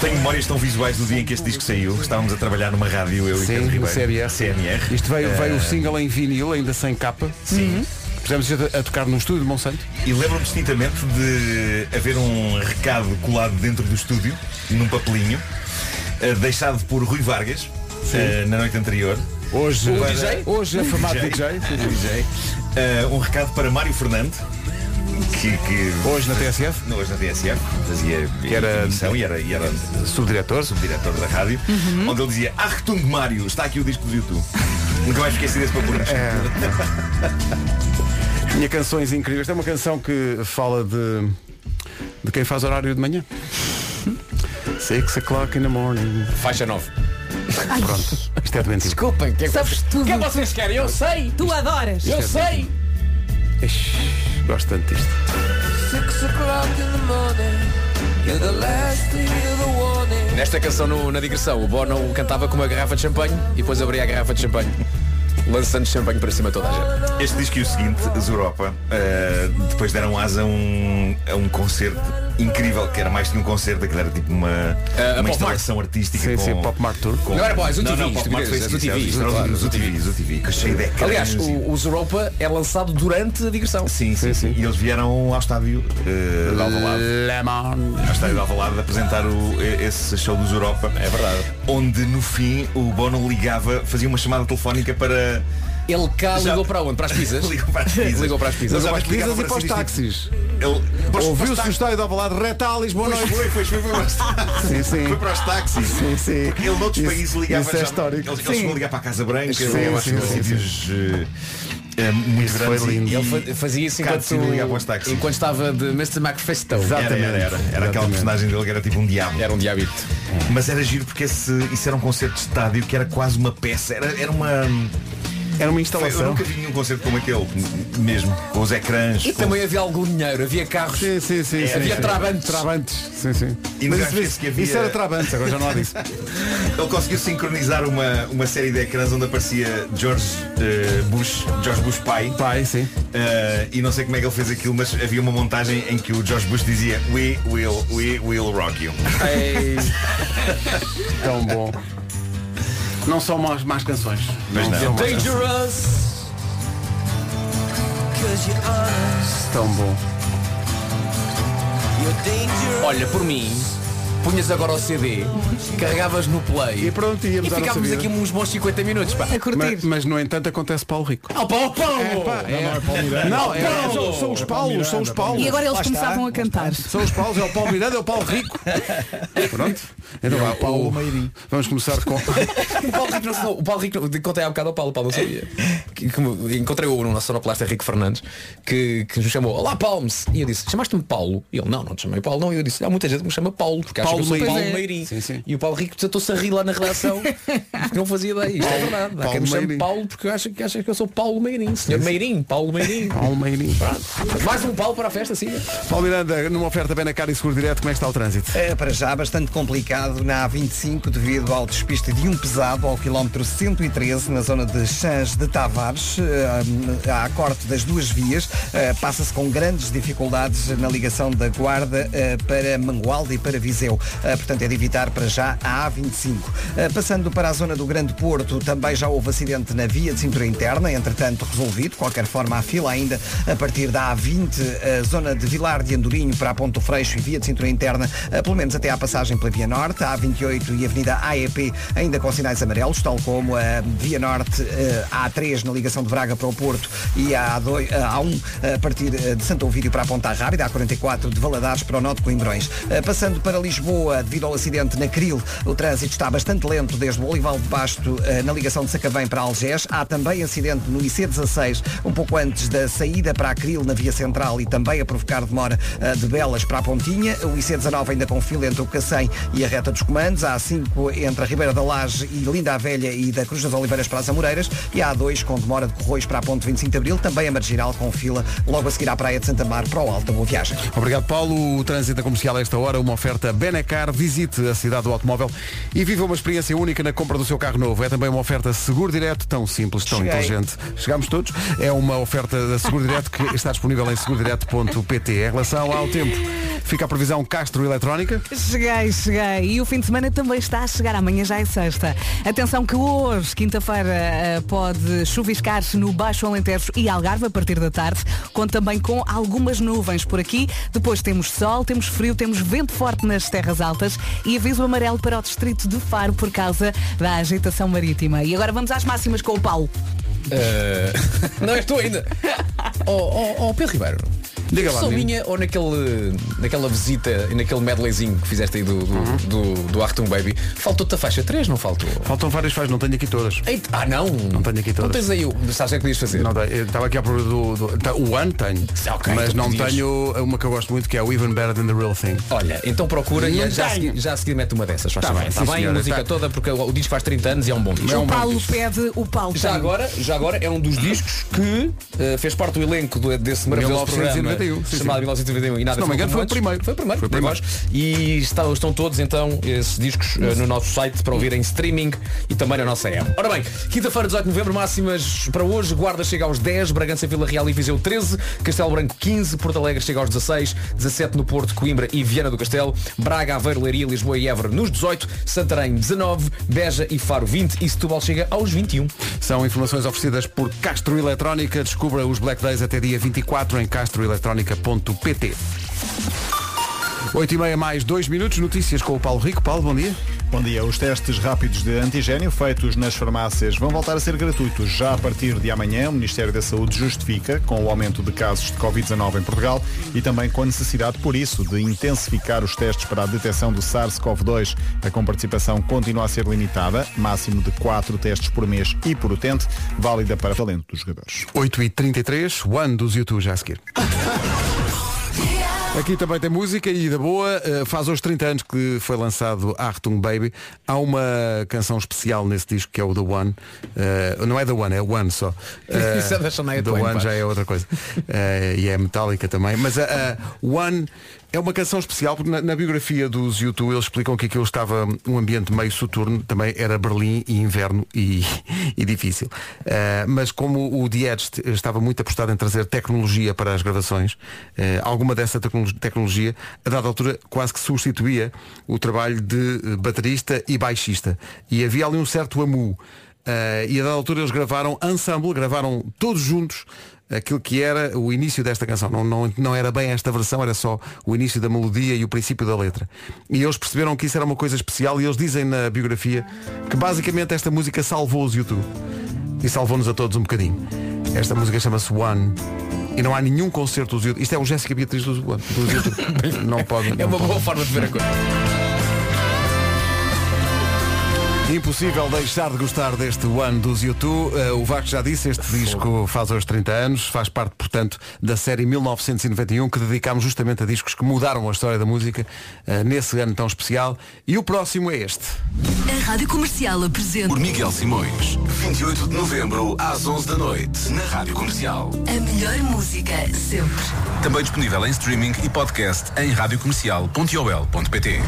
[SPEAKER 11] Tenho memórias tão visuais do dia em que este disco saiu. Estávamos a trabalhar numa rádio, eu e
[SPEAKER 1] Sim,
[SPEAKER 11] Pedro
[SPEAKER 1] no
[SPEAKER 11] Ribeiro.
[SPEAKER 1] CMR.
[SPEAKER 11] CMR.
[SPEAKER 1] Isto veio, veio o single em vinil, ainda sem capa. Eh, Sim. Pusemos isto a, a tocar num estúdio de Monsanto.
[SPEAKER 11] E lembro-me distintamente de haver um recado colado dentro do estúdio, num papelinho, eh, deixado por Rui Vargas, eh, na noite anterior.
[SPEAKER 1] Hoje,
[SPEAKER 11] O DJ?
[SPEAKER 1] hoje [laughs] afamado
[SPEAKER 11] DJ,
[SPEAKER 1] DJ.
[SPEAKER 11] DJ. Eh, um recado para Mário Fernando, que, que
[SPEAKER 1] Hoje na TSF,
[SPEAKER 11] no- hoje na DSF fazia que
[SPEAKER 1] era-
[SPEAKER 11] e era, e era
[SPEAKER 1] subdiretor.
[SPEAKER 11] subdiretor da rádio, onde ele dizia Achtung Mário, está aqui o disco do YouTube. Nunca mais esqueci desse papelinho.
[SPEAKER 1] Tinha canções incríveis. Esta é uma canção que fala de, de quem faz horário de manhã. Six o'clock in the morning.
[SPEAKER 7] Faixa 9.
[SPEAKER 1] Pronto. Isto é doentio.
[SPEAKER 7] Desculpem, que é
[SPEAKER 3] Sabes tudo.
[SPEAKER 7] que vocês querem? Eu sei!
[SPEAKER 3] Tu adoras.
[SPEAKER 7] Eu sei!
[SPEAKER 1] Ixi, Gosto tanto disto.
[SPEAKER 7] Nesta canção no- na digressão, o Bono cantava com uma garrafa de champanhe e depois abria a garrafa de champanhe, lançando champanhe para cima de toda a gente.
[SPEAKER 11] é Este disco e o seguinte, Zuropa, eh, depois deram asa a um, a um concerto incrível, que era mais que um concerto, aquilo era tipo uma,
[SPEAKER 1] a Pop
[SPEAKER 11] uma instalação artística
[SPEAKER 1] Sim,
[SPEAKER 11] com,
[SPEAKER 1] sim, Pop Mart Tour.
[SPEAKER 11] com-
[SPEAKER 7] Não era Boys, o
[SPEAKER 11] não,
[SPEAKER 7] TV,
[SPEAKER 11] não, Pop Mart foi
[SPEAKER 7] isto,
[SPEAKER 11] isso,
[SPEAKER 7] TV,
[SPEAKER 11] isso, era os-
[SPEAKER 7] claro.
[SPEAKER 11] os UTV, os UTV, que cheio de ecrãs
[SPEAKER 7] Aliás,
[SPEAKER 11] e-
[SPEAKER 7] o, o Zeropa é lançado durante a digressão.
[SPEAKER 11] Sim, sim, sim. E eles vieram ao estádio uh, de Alvalade. Ao estádio de Alvalade apresentar o, e- esse show dos Europa. É verdade. Onde no fim o Bono ligava, fazia uma chamada telefónica para...
[SPEAKER 7] Ele cá
[SPEAKER 11] Já-
[SPEAKER 7] ligou para
[SPEAKER 1] [laughs]
[SPEAKER 7] onde? Para as pizzas?
[SPEAKER 11] ligou para as pizzas.
[SPEAKER 7] Ligou para as pizzas.
[SPEAKER 11] Mas
[SPEAKER 1] Para
[SPEAKER 11] há
[SPEAKER 1] as
[SPEAKER 11] que ligava
[SPEAKER 1] pizzas e para os
[SPEAKER 11] sítios
[SPEAKER 1] táxis.
[SPEAKER 11] tipo- Ele- para os- para os
[SPEAKER 1] Ouviu-se o
[SPEAKER 11] táxis.
[SPEAKER 1] estádio de Alvalade, reta Lisboa,
[SPEAKER 11] Pois
[SPEAKER 1] noite.
[SPEAKER 11] foi, pois foi, para os táxis.
[SPEAKER 1] Sim, sim.
[SPEAKER 11] Foi para os táxis.
[SPEAKER 1] Sim, sim.
[SPEAKER 11] Porque ele noutros
[SPEAKER 1] Isso-
[SPEAKER 11] países ligava.
[SPEAKER 1] isso é
[SPEAKER 11] já-
[SPEAKER 1] histórico.
[SPEAKER 11] Eles,
[SPEAKER 1] Sim.
[SPEAKER 11] eles foram ligar para a Casa Branca,
[SPEAKER 1] Sim,
[SPEAKER 11] eu acho
[SPEAKER 1] sim,
[SPEAKER 11] que
[SPEAKER 1] sim,
[SPEAKER 11] sítios eh, eh, muito
[SPEAKER 1] Isso foi
[SPEAKER 11] grandes. e-
[SPEAKER 1] lindo.
[SPEAKER 11] e-
[SPEAKER 7] Ele fa- fazia isso
[SPEAKER 11] Cara,
[SPEAKER 7] enquanto,
[SPEAKER 11] decidiu ligar para os táxis.
[SPEAKER 7] enquanto estava de Mr. McFesto.
[SPEAKER 1] Exato.
[SPEAKER 11] Era, era, era. Era aquela
[SPEAKER 1] Exatamente.
[SPEAKER 11] personagem dele que era tipo um diabo.
[SPEAKER 7] Era um diabito.
[SPEAKER 11] Mas era giro porque esse, isso era um concerto de estádio que era quase uma peça. Era, era uma.
[SPEAKER 1] Era uma
[SPEAKER 11] Foi- eu
[SPEAKER 1] instalação.
[SPEAKER 11] nunca vi nenhum concerto como aquele, m- mesmo. Com os ecrãs.
[SPEAKER 7] E
[SPEAKER 11] com-
[SPEAKER 7] também havia algum dinheiro, havia carros.
[SPEAKER 1] Sim, sim, sim. sim,
[SPEAKER 7] havia
[SPEAKER 1] sim.
[SPEAKER 7] trabantes.
[SPEAKER 1] Trabantes, sim, sim.
[SPEAKER 11] E
[SPEAKER 1] Mas
[SPEAKER 11] nunca
[SPEAKER 1] isso,
[SPEAKER 11] achei que havia-
[SPEAKER 1] isso era trabantes, agora já não há [laughs] disso.
[SPEAKER 11] Ele conseguiu sincronizar uma, uma série de ecrãs onde aparecia George eh, Bush, George Bush pai.
[SPEAKER 1] Pai, sim.
[SPEAKER 11] Eh, e não sei como é que ele fez aquilo, mas havia uma montagem em que o George Bush dizia We will, we will rock you.
[SPEAKER 7] [laughs]
[SPEAKER 1] Tão bom. Não são más, más canções.
[SPEAKER 11] Mas não.
[SPEAKER 1] são más canções.
[SPEAKER 7] Dangerous!
[SPEAKER 1] Tão bom.
[SPEAKER 7] Olha, por mim, punhas agora o CD, carregavas no play
[SPEAKER 1] E pronto, íamos
[SPEAKER 7] e
[SPEAKER 1] à nossa
[SPEAKER 7] ficávamos
[SPEAKER 1] vida.
[SPEAKER 7] aqui uns bons 50 minutos, pá.
[SPEAKER 3] A curtir.
[SPEAKER 1] Mas, mas, no entanto acontece Paulo Rico. É.
[SPEAKER 7] Ah, pá, oh, Paulo!
[SPEAKER 1] Não, é- é- são, são os Paulos, são os Paulos.
[SPEAKER 3] E agora eles
[SPEAKER 9] Lá está.
[SPEAKER 3] começavam a cantar.
[SPEAKER 1] São os Paulos, é o Paulo Miranda, é o Paulo Rico. Pronto. Então vá, Paulo. Vamos começar com. [laughs]
[SPEAKER 7] O Paulo Rico, não, se- o Paulo Rico não- contei há bocado ao Paulo, o Paulo não sabia. Que- que me- encontrei-o no nosso sonoplasta Rico Fernandes, que, que me chamou, olá Palmes! E eu disse, chamaste-me Paulo? E ele, não, não te chamei Paulo, não. E eu disse, há muita gente que me chama Paulo, porque acha que
[SPEAKER 1] Paulo
[SPEAKER 7] eu sou
[SPEAKER 1] Meirim.
[SPEAKER 7] Paulo
[SPEAKER 1] Pois é.
[SPEAKER 7] Meirim.
[SPEAKER 1] Sim, sim.
[SPEAKER 7] E o Paulo Rico tentou-se a rir lá na redação, porque não fazia ideia. Isto é verdade. Há quem
[SPEAKER 1] Paulo
[SPEAKER 7] me chame
[SPEAKER 1] Meirim.
[SPEAKER 7] Paulo porque acha que, acha que eu sou Paulo Meirim. Senhor Meirim, Paulo Meirim.
[SPEAKER 1] Paulo Meirinho.
[SPEAKER 7] Mais um Paulo para a festa, sim.
[SPEAKER 1] Paulo Miranda, numa oferta bem na cara e seguro direto, como é que está o trânsito?
[SPEAKER 9] É, para já bastante complicado na A25 devido ao despiste de um pesado ao quilómetro 113 na zona de Chãs de Tavares. eh, Há corte das duas vias. eh, Passa-se com grandes dificuldades na ligação da Guarda eh, para Mangualde e para Viseu. Eh, Portanto, é de evitar para já a A25. Eh, Passando para a zona do Grande Porto, também já houve acidente na via de cintura interna, entretanto resolvido. De qualquer forma, há fila ainda a partir da A20, a zona de Vilar de Andorinho para a Ponto Freixo e via de cintura interna, eh, pelo menos até à passagem pela Via Norte, a A28 e a Avenida AEP ainda com sinais amarelos, tal como a Via Norte eh, A3 na ligação de Braga para o Porto e a A2, a A1 eh, a partir eh, de Santo Ovídio para a Ponta Rábida, a A44 de Valadares para o Nó de Coimbrões. Eh, Passando para Lisboa, devido ao acidente na Cril, o trânsito está bastante lento desde o Olival de Basto eh, na ligação de Sacavém para Algés. Há também acidente no IC16, um pouco antes da saída para Acril na via central e também a provocar demora eh, de Belas para a Pontinha. O IC19 ainda com fila entre o Cacém e a reta dos comandos. A A5 entre a Ribeira da Laje e Linda a Velha e da Cruz das Oliveiras para as Amoreiras. E a A2 com demora de Corroios para a Ponte 25 de Abril, também a Marginal com fila logo a seguir à Praia de Santa Mar para o Alto. Boa viagem.
[SPEAKER 1] Obrigado, Paulo. O trânsito da comercial a esta hora, uma oferta Benacar. Visite a cidade do automóvel e viva uma experiência única na compra do seu carro novo. É também uma oferta Seguro Direto, tão simples, tão
[SPEAKER 9] Cheguei.
[SPEAKER 1] inteligente. Chegámos todos. É uma oferta da Seguro Direto que está disponível em segurodireto.pt. Em relação ao tempo, fica a previsão Castro Eletrónica.
[SPEAKER 3] Cheguei, cheguei. E o fim de semana também está a chegar. Amanhã já é sexta. Atenção que hoje, quinta-feira, eh, pode chuviscar-se no Baixo Alentejo e Algarve a partir da tarde. Conta também com algumas nuvens por aqui. Depois temos sol, temos frio, temos vento forte nas terras altas e aviso amarelo para o distrito de Faro por causa da agitação marítima. E agora vamos às máximas com o Paulo.
[SPEAKER 7] Eh, [laughs] não estou ainda. Oh, oh, oh, Pedro Ribeiro.
[SPEAKER 1] Diga
[SPEAKER 7] Diga
[SPEAKER 1] lá,
[SPEAKER 7] só
[SPEAKER 1] menino.
[SPEAKER 7] minha ou naquele, naquela visita e naquele medleyzinho que fizeste aí do, do,
[SPEAKER 1] Uhum.
[SPEAKER 7] do, do Artung Baby, faltou-te a faixa 3, não faltou?
[SPEAKER 1] Faltam várias faixas, não tenho aqui todas.
[SPEAKER 7] Eita, ah não! Não
[SPEAKER 1] tenho aqui todas.
[SPEAKER 7] Não tens aí o. Sabes o que é que podias fazer?
[SPEAKER 1] Não, tenho. Eu estava aqui à procura do, do- tá, O ano tenho.
[SPEAKER 7] Ah, ok,
[SPEAKER 1] mas
[SPEAKER 7] então
[SPEAKER 1] não
[SPEAKER 7] podias.
[SPEAKER 1] tenho uma que eu gosto muito, que é o Even Better Than The Real Thing.
[SPEAKER 7] Olha, então procura
[SPEAKER 1] Não
[SPEAKER 7] e já a,
[SPEAKER 1] tenho.
[SPEAKER 7] seguir, já a seguir mete uma dessas. Faz
[SPEAKER 1] Tá
[SPEAKER 7] favor.
[SPEAKER 1] bem,
[SPEAKER 7] Está
[SPEAKER 1] sim,
[SPEAKER 7] bem,
[SPEAKER 1] senhora,
[SPEAKER 7] música
[SPEAKER 1] tá.
[SPEAKER 7] toda, porque o o disco faz 30 anos e é um bom disco.
[SPEAKER 1] É um
[SPEAKER 3] o
[SPEAKER 1] bom
[SPEAKER 3] Paulo
[SPEAKER 1] disco.
[SPEAKER 3] pede o Paulo.
[SPEAKER 7] Já
[SPEAKER 3] tem.
[SPEAKER 7] agora, já agora é um dos discos que eh, fez parte do elenco do- desse maravilhoso programa
[SPEAKER 1] sério. Sim,
[SPEAKER 7] chamado
[SPEAKER 1] sim.
[SPEAKER 7] 1991 e nada
[SPEAKER 1] Se não me
[SPEAKER 7] a
[SPEAKER 1] engano,
[SPEAKER 7] ver com
[SPEAKER 1] foi o
[SPEAKER 7] antes.
[SPEAKER 1] primeiro.
[SPEAKER 7] Foi o primeiro,
[SPEAKER 1] Foi o primeiro.
[SPEAKER 7] Nós. E está- estão todos então esses discos eh, no nosso site para ouvir em streaming e também na nossa app. Ora bem, quinta-feira, 18 de novembro, máximas para hoje. Guarda chega aos 10, Bragança, Vila Real e Viseu 13, Castelo Branco 15, Porto Alegre chega aos 16, 17 no Porto, Coimbra e Viana do Castelo, Braga, Aveiro, Leiria, Lisboa e Évora nos 18, Santarém 19, Beja e Faro 20 e Setúbal chega aos 21.
[SPEAKER 1] São informações oferecidas por Castro Eletrónica. Descubra os Black Days até dia 24 em castroeletronica.pt 8 e meia mais 2 minutos, notícias com o Paulo Rico. Paulo, bom dia.
[SPEAKER 11] Bom dia. Os testes rápidos de antigênio feitos nas farmácias vão voltar a ser gratuitos já a partir de amanhã. O Ministério da Saúde justifica com o aumento de casos de Covid-19 em Portugal e também com a necessidade, por isso, de intensificar os testes para a detecção do SARS-CoV-2. A comparticipação continua a ser limitada, máximo de 4 testes por mês e por utente, válida para talento dos jogadores.
[SPEAKER 1] 8 e 33 One dos YouTube já a seguir. Aqui também tem música e da boa, eh, faz hoje 30 anos que foi lançado Artung Baby. Há uma canção especial nesse disco que é o The One. Eh, não é The One, é One só. Eh,
[SPEAKER 7] [laughs] Isso é da Shania
[SPEAKER 1] The
[SPEAKER 7] Twain,
[SPEAKER 1] One
[SPEAKER 7] pá.
[SPEAKER 1] já é outra coisa. Eh, e é metálica também. Mas a a One é uma canção especial, porque na, na biografia dos YouTube eles explicam que aquilo estava um ambiente meio soturno, também era Berlim e inverno e, [laughs] e difícil. Eh, mas como o The Edge t- estava muito apostado em trazer tecnologia para as gravações, eh, alguma dessa tecno- tecnologia, a dada altura, quase que substituía o trabalho de eh, baterista e baixista. E havia ali um certo amu. Eh, e a dada altura eles gravaram ensemble, gravaram todos juntos aquilo que era o início desta canção. Não, não, não era bem esta versão, era só o início da melodia e o princípio da letra. E eles perceberam que isso era uma coisa especial e eles dizem na biografia que basicamente esta música salvou os YouTube. E salvou-nos a todos um bocadinho. Esta música chama-se One. E não há nenhum concerto dos YouTube. Isto é o Jéssica Beatriz dos One. Dos
[SPEAKER 7] [laughs]
[SPEAKER 1] YouTube. Não pode.
[SPEAKER 7] É
[SPEAKER 1] não
[SPEAKER 7] uma
[SPEAKER 1] pode.
[SPEAKER 7] boa forma de ver a coisa.
[SPEAKER 1] Impossível deixar de gostar deste One dos YouTube. Eh, o Vasco já disse, este disco faz hoje 30 anos, faz parte, portanto, da série 1991, que dedicámos justamente a discos que mudaram a história da música eh, nesse ano tão especial. E o próximo é este.
[SPEAKER 13] A Rádio Comercial apresenta.
[SPEAKER 14] Por Miguel Simões, 28 de novembro, às 11 da noite, na Rádio Comercial.
[SPEAKER 13] A melhor música sempre.
[SPEAKER 14] Também disponível em streaming e podcast em radiocomercial.ol.pt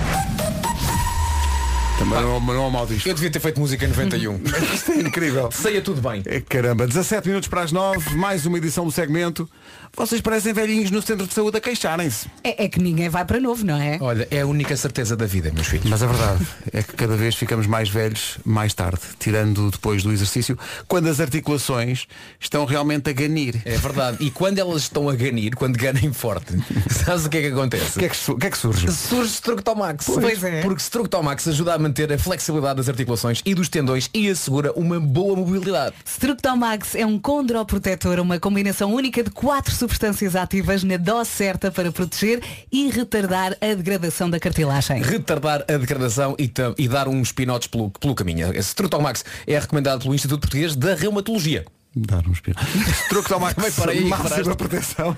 [SPEAKER 1] Também não, não é um mau disco.
[SPEAKER 7] Eu devia ter feito música em 91.
[SPEAKER 1] [laughs] Isto é incrível.
[SPEAKER 7] Saia tudo bem.
[SPEAKER 1] É, Caramba, 17 minutos para as 9, mais uma edição do segmento. Vocês parecem velhinhos no centro de saúde a queixarem-se.
[SPEAKER 3] É, é que ninguém vai para novo, não é?
[SPEAKER 7] Olha, é a única certeza da vida, meus filhos.
[SPEAKER 1] Mas a verdade é que cada vez ficamos mais velhos mais tarde, tirando depois do exercício, quando as articulações estão realmente a ganir.
[SPEAKER 7] É verdade. E quando elas estão a ganir, quando ganem [laughs] forte, sabes o que é que acontece? O
[SPEAKER 1] que é que, su- o que é que surge?
[SPEAKER 7] Surge Structomax.
[SPEAKER 1] Pois. Pois é.
[SPEAKER 7] Porque Structomax ajuda a manter a flexibilidade das articulações e dos tendões e assegura uma boa mobilidade.
[SPEAKER 3] Structomax é um condroprotetor, uma combinação única de quatro substâncias ativas na dose certa para proteger e retardar a degradação da cartilagem.
[SPEAKER 7] Retardar a degradação e, tam- e dar uns pinotes pelo, pelo caminho. Esse Structomax é recomendado pelo Instituto Português da [laughs] Reumatologia.
[SPEAKER 1] Dar um uns pinotes. [laughs] Structomax,
[SPEAKER 7] Também para aí,
[SPEAKER 1] máxima
[SPEAKER 7] paraste.
[SPEAKER 1] proteção.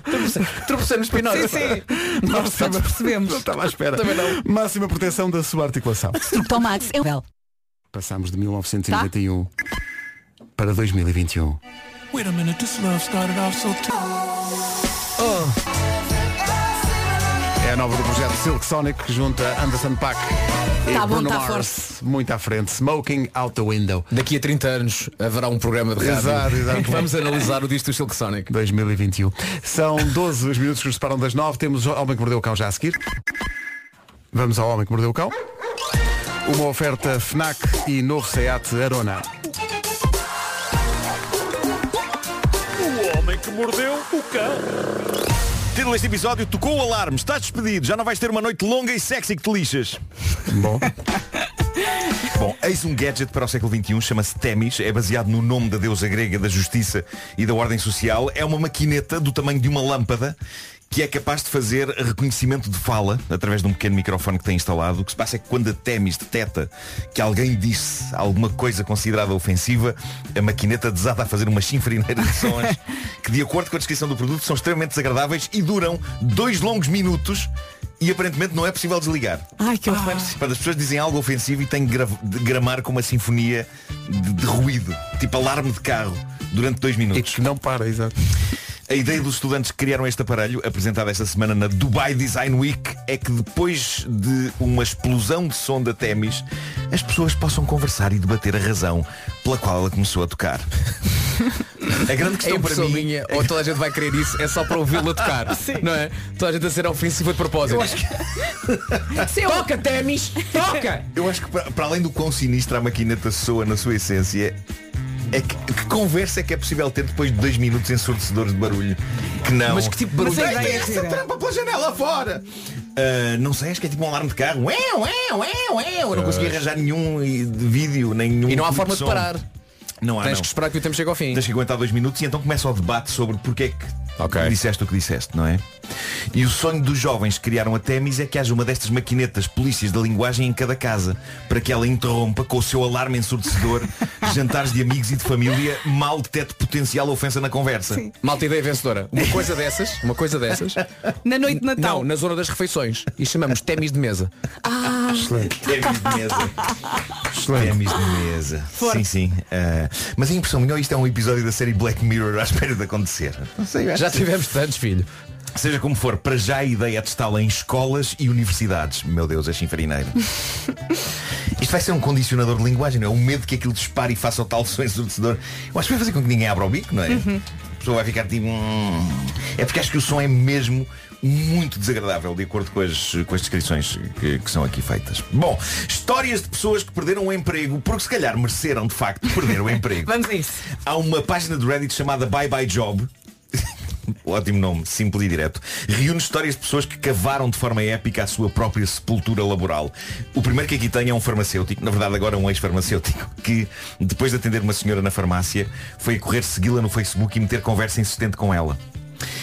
[SPEAKER 7] Tropecei nos pinotes.
[SPEAKER 1] Sim, sim.
[SPEAKER 7] Nós todos percebemos.
[SPEAKER 1] Não estava à espera.
[SPEAKER 7] Também não.
[SPEAKER 1] Máxima proteção da sua articulação.
[SPEAKER 3] Structomax é um...
[SPEAKER 1] Passámos de
[SPEAKER 15] Tá.
[SPEAKER 1] 1991 para 2021.
[SPEAKER 15] Wait a minute, this love started off so
[SPEAKER 1] Oh. É a nova do projeto Silk Sonic que junta Anderson Pack e
[SPEAKER 15] Tá bom,
[SPEAKER 1] Bruno
[SPEAKER 15] tá
[SPEAKER 1] Mars. Muito à frente. Smoking out the window.
[SPEAKER 7] Daqui a 30 anos haverá um programa de rádio
[SPEAKER 1] Exato, exato. Então,
[SPEAKER 7] em que [laughs] vamos analisar o disco do Silk Sonic.
[SPEAKER 1] 2021.
[SPEAKER 15] [laughs]
[SPEAKER 1] São 12 os minutos que nos separam das 9. Temos o Homem que Mordeu o Cão já a seguir. Vamos ao Homem que Mordeu o Cão. Uma oferta FNAC e novo SEAT Arona.
[SPEAKER 5] O homem que mordeu o cão. Título deste episódio, tocou o alarme, estás despedido, já não vais ter uma noite longa e sexy que te lixas.
[SPEAKER 1] [laughs] Bom.
[SPEAKER 5] Bom, eis um gadget para o século XXI, chama-se Temis, é baseado no nome da deusa grega da justiça e da ordem social. É uma maquineta do tamanho de uma lâmpada que é capaz de fazer reconhecimento de fala através de um pequeno microfone que tem instalado. O que se passa é que quando a Temis detecta que alguém disse alguma coisa considerada ofensiva, a maquineta desata a fazer uma chinfrineira de sons que, de acordo com a descrição do produto, são extremamente desagradáveis e duram dois longos minutos e aparentemente não é possível desligar.
[SPEAKER 3] Ai, que horror.
[SPEAKER 5] Quando as pessoas dizem algo ofensivo e têm que gra- de gramar com uma sinfonia de, de ruído, tipo alarme de carro, durante dois minutos. E
[SPEAKER 1] que não para, exato.
[SPEAKER 5] A ideia dos estudantes que criaram este aparelho, apresentado esta semana na Dubai Design Week, é que depois de uma explosão de som da Temis, as pessoas possam conversar e debater a razão pela qual ela começou
[SPEAKER 7] [laughs]
[SPEAKER 5] a tocar. A grande questão
[SPEAKER 7] é
[SPEAKER 5] para
[SPEAKER 7] impressão
[SPEAKER 5] mim-
[SPEAKER 7] minha, ou toda a gente vai querer isso, é só para ouvi-la tocar. Não é? Toda a gente a ser ofensiva de propósito. Toca, Temis! Toca!
[SPEAKER 5] Eu acho que para, para além do quão sinistra a maquineta soa na sua essência, é que, que conversa é que é possível ter depois de dois minutos ensurdecedores de barulho? Que não.
[SPEAKER 8] Mas que tipo de barulho Mas a
[SPEAKER 5] Deita
[SPEAKER 8] ideia é
[SPEAKER 5] essa
[SPEAKER 8] gira.
[SPEAKER 5] trampa pela janela fora! Ah, não sei, acho que é tipo um alarme de carro. Ué, ué, ué, ué. Eu não consegui
[SPEAKER 7] Pois.
[SPEAKER 5] arranjar nenhum eh, de vídeo, nem nenhum.
[SPEAKER 7] E não há
[SPEAKER 5] clipe
[SPEAKER 7] forma de
[SPEAKER 5] som.
[SPEAKER 7] parar.
[SPEAKER 5] Não há.
[SPEAKER 7] Tens
[SPEAKER 5] não.
[SPEAKER 7] que esperar que o tempo chegue ao fim.
[SPEAKER 5] Tens que aguentar dois minutos e então começa o debate sobre porque é que disseste o que disseste, não é? E o sonho dos jovens que criaram a Temis é que haja uma destas maquinetas polícias da linguagem em cada casa, para que ela interrompa com o seu alarme ensurdecedor jantares de amigos e de família, mal detecte potencial ofensa na conversa.
[SPEAKER 7] Malta ideia vencedora. Uma coisa dessas, uma coisa dessas.
[SPEAKER 3] Na noite de
[SPEAKER 7] Natal. Não, na zona das refeições. E chamamos temis de mesa.
[SPEAKER 3] Ah.
[SPEAKER 5] Temis É de mesa. Temis de mesa. Sim, sim. Ah, mas a impressão melhor isto é um episódio da série Black Mirror à espera de acontecer. Não sei, eu acho
[SPEAKER 7] Já
[SPEAKER 5] que-
[SPEAKER 7] tivemos tantos, filho.
[SPEAKER 5] Seja como for, para já a ideia é testá-la em escolas e universidades. Meu Deus, é chinfarineiro. Isto vai ser um condicionador de linguagem, não é? O medo que aquilo dispare e faça o tal som ensurdecedor. Eu acho que vai fazer com que ninguém abra o bico, não é?
[SPEAKER 8] Uhum.
[SPEAKER 5] A pessoa vai ficar tipo... "Hum." É porque acho que o som é mesmo muito desagradável, de acordo com as, com as descrições que, que são aqui feitas. Bom, histórias de pessoas que perderam o emprego, porque se calhar mereceram, de facto, perder o emprego.
[SPEAKER 3] Vamos a isso.
[SPEAKER 5] Há uma página do Reddit chamada Bye Bye Job. [laughs] Ótimo nome, simples e direto. Reúne histórias de pessoas que cavaram de forma épica a sua própria sepultura laboral. O primeiro que aqui tem é um farmacêutico, na verdade agora um ex-farmacêutico, que depois de atender uma senhora na farmácia, foi correr segui-la no Facebook e meter conversa insistente com ela.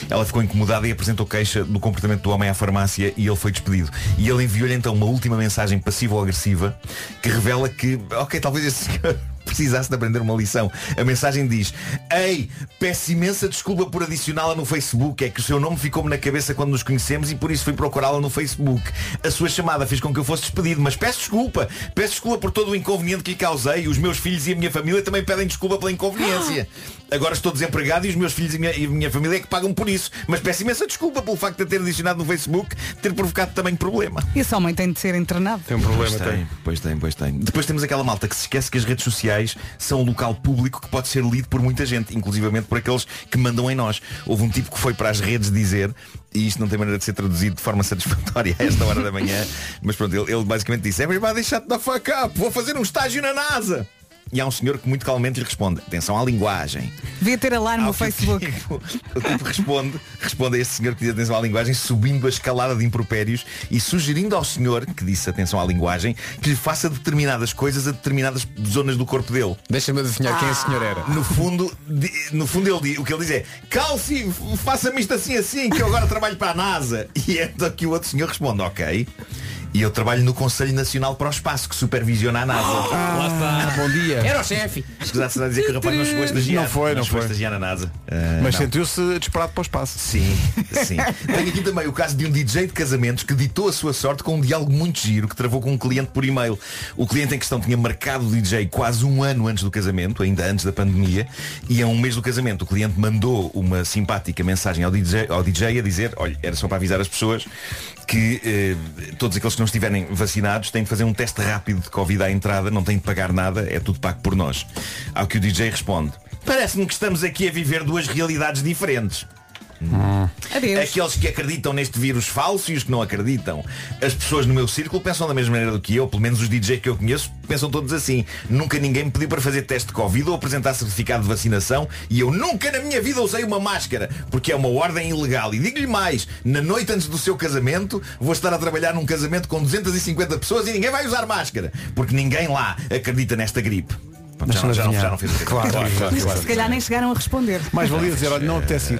[SPEAKER 5] Ela ficou incomodada e apresentou queixa do comportamento do homem à farmácia e ele foi despedido. E ele enviou-lhe então uma última mensagem passiva ou agressiva que revela que, ok, talvez esse senhor precisasse de aprender uma lição. A mensagem diz, ei, peço imensa desculpa por adicioná-la no Facebook, é que o seu nome ficou-me na cabeça quando nos conhecemos e por isso fui procurá-la no Facebook. A sua chamada fez com que eu fosse despedido, mas peço desculpa, peço desculpa por todo o inconveniente que lhe causei. Os meus filhos e a minha família também pedem desculpa pela inconveniência. Agora estou desempregado e os meus filhos e a minha, e a minha família é que pagam por isso. Mas peço imensa desculpa pelo facto de ter adicionado no Facebook, ter provocado também problema.
[SPEAKER 3] Esse homem tem de ser internado.
[SPEAKER 5] pois tem. um- Pois tem, pois tem. Depois temos aquela malta que se esquece que as redes sociais são um local público que pode ser lido por muita gente, inclusivamente por aqueles que mandam em nós. Houve um tipo que foi para as redes dizer, e isto não tem maneira de ser traduzido de forma [laughs] satisfatória a esta hora da manhã, mas pronto, ele, ele basicamente disse, everybody shut the fuck up, vou fazer um estágio na NASA. E há um senhor que muito calmamente lhe responde, atenção à linguagem.
[SPEAKER 3] Devia ter
[SPEAKER 5] Ah,
[SPEAKER 3] alarme no
[SPEAKER 5] [laughs]
[SPEAKER 3] Facebook.
[SPEAKER 5] O tipo responde, responde a este senhor que diz atenção à linguagem, subindo a escalada de impropérios e sugerindo ao senhor, que disse atenção à linguagem, que lhe faça determinadas coisas a determinadas zonas do corpo dele.
[SPEAKER 7] Deixa-me adivinhar quem esse senhor era.
[SPEAKER 5] No fundo, di- no fundo ele, di- o que ele diz é Calci, f- faça-me isto assim assim Que eu agora trabalho para a NASA E é então que o outro senhor responde Ok E eu trabalho no Conselho Nacional para o Espaço Que supervisiona a NASA
[SPEAKER 1] Ah. bom dia.
[SPEAKER 7] Era o chefe.
[SPEAKER 5] Escusado será dizer que o rapaz não chegou a estagiar
[SPEAKER 1] Não foi, não
[SPEAKER 5] chegou a
[SPEAKER 1] foi.
[SPEAKER 5] estagiar na NASA Ah,
[SPEAKER 1] Mas
[SPEAKER 5] É, não.
[SPEAKER 1] sentiu-se disparado para o espaço.
[SPEAKER 5] Sim, Sim. [laughs] Tenho aqui também o caso de um DJ de casamentos que ditou a sua sorte com um diálogo muito giro que travou com um cliente por e-mail. O cliente em questão tinha marcado o DJ quase um ano antes do casamento, ainda antes da pandemia, e a um mês do casamento o cliente mandou uma simpática mensagem ao DJ, ao DJ a dizer, olha, era só para avisar as pessoas que eh, todos aqueles que não estiverem vacinados têm de fazer um teste rápido de Covid à entrada, não têm de pagar nada, é tudo pago por nós. Ao que o DJ responde, parece-me que estamos aqui a viver duas realidades diferentes. Aqueles É que acreditam neste vírus falso e os que não acreditam. As pessoas no meu círculo pensam da mesma maneira do que eu, pelo menos os DJs que eu conheço pensam todos assim. Nunca ninguém me pediu para fazer teste de Covid ou apresentar certificado de vacinação e eu nunca na minha vida usei uma máscara, porque é uma ordem ilegal. E digo-lhe mais, na noite antes do seu casamento, vou estar a trabalhar num casamento com 250 pessoas e ninguém vai usar máscara, porque ninguém lá acredita nesta gripe. Pronto, Já não, já não- já não fez o
[SPEAKER 1] Claro, claro,
[SPEAKER 5] É
[SPEAKER 1] claro, claro.
[SPEAKER 3] Se calhar nem chegaram a responder.
[SPEAKER 1] Mais valia dizer, olha, não assim, apetece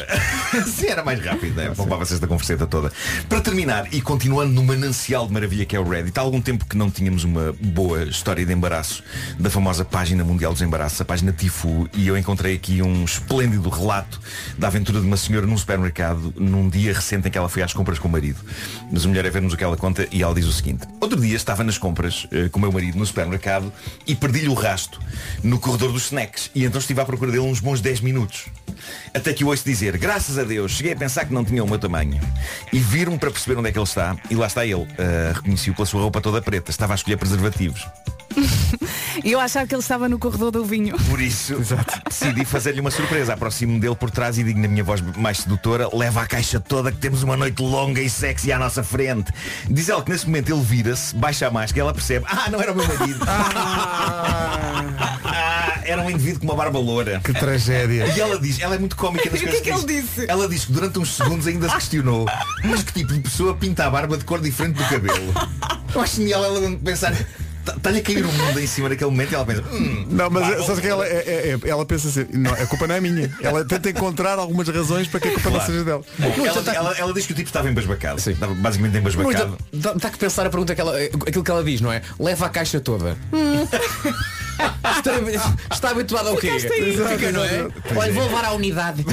[SPEAKER 5] é,
[SPEAKER 1] ir.
[SPEAKER 5] [laughs] Sim, era mais rápido, né? poupava vocês da converseta toda. Para terminar, e continuando no manancial de maravilha que é o Reddit, há algum tempo que não tínhamos uma boa história de embaraço da famosa página mundial dos embaraços, a página Tifu, e eu encontrei aqui um esplêndido relato da aventura de uma senhora num supermercado num dia recente em que ela foi às compras com o marido. Mas o melhor é vermos o que ela conta e ela diz o seguinte. Outro dia estava nas compras eh, com o meu marido no supermercado e perdi-lhe o rasto no corredor dos snacks. E então estive à procura dele uns bons 10 minutos. Até que o ouço dizer, graças a Deus, cheguei a pensar que não tinha o meu tamanho. E viram para perceber onde é que ele está. E lá está ele. Ah, Reconheci-o pela sua roupa toda preta. Estava a escolher preservativos.
[SPEAKER 3] E eu achava que ele estava no corredor do vinho.
[SPEAKER 5] Por isso, decidi fazer-lhe uma surpresa. Aproximo-me dele por trás e digo na minha voz mais sedutora, leva a caixa toda que temos uma noite longa e sexy à nossa frente. Diz ele que nesse momento ele vira-se, baixa a máscara, ela percebe, ah, não era o meu marido. Ah, era um indivíduo com uma barba loura.
[SPEAKER 1] Que tragédia.
[SPEAKER 5] E ela diz, ela é muito cómica nas
[SPEAKER 3] E [laughs] o
[SPEAKER 5] coisas
[SPEAKER 3] que é que ele
[SPEAKER 5] diz. Ela diz que durante uns segundos ainda se questionou, mas que tipo de pessoa pinta a barba de cor diferente do cabelo? Eu acho genial ela pensar, está-lhe a cair o mundo em cima naquele momento e ela pensa, hum,
[SPEAKER 1] Não, mas
[SPEAKER 5] barba
[SPEAKER 1] é- sabes que ela, é- é- é- ela pensa assim, não, a culpa não é minha. Ela tenta encontrar algumas razões para que a culpa não
[SPEAKER 5] Claro.
[SPEAKER 1] seja dela.
[SPEAKER 5] Bom, ela, ela- ela diz que o tipo estava embasbacado. Estava basicamente embasbacado.
[SPEAKER 7] Dá, dá que tá pensar a pergunta que ela, aquilo que ela diz, não é? Leva a caixa toda. está, [laughs] está habituado ao quê?
[SPEAKER 8] Ficaste aí.
[SPEAKER 7] Fica,
[SPEAKER 8] Exato,
[SPEAKER 7] não é?
[SPEAKER 8] exato. Pois
[SPEAKER 7] Olha,
[SPEAKER 8] é.
[SPEAKER 7] vou levar à unidade.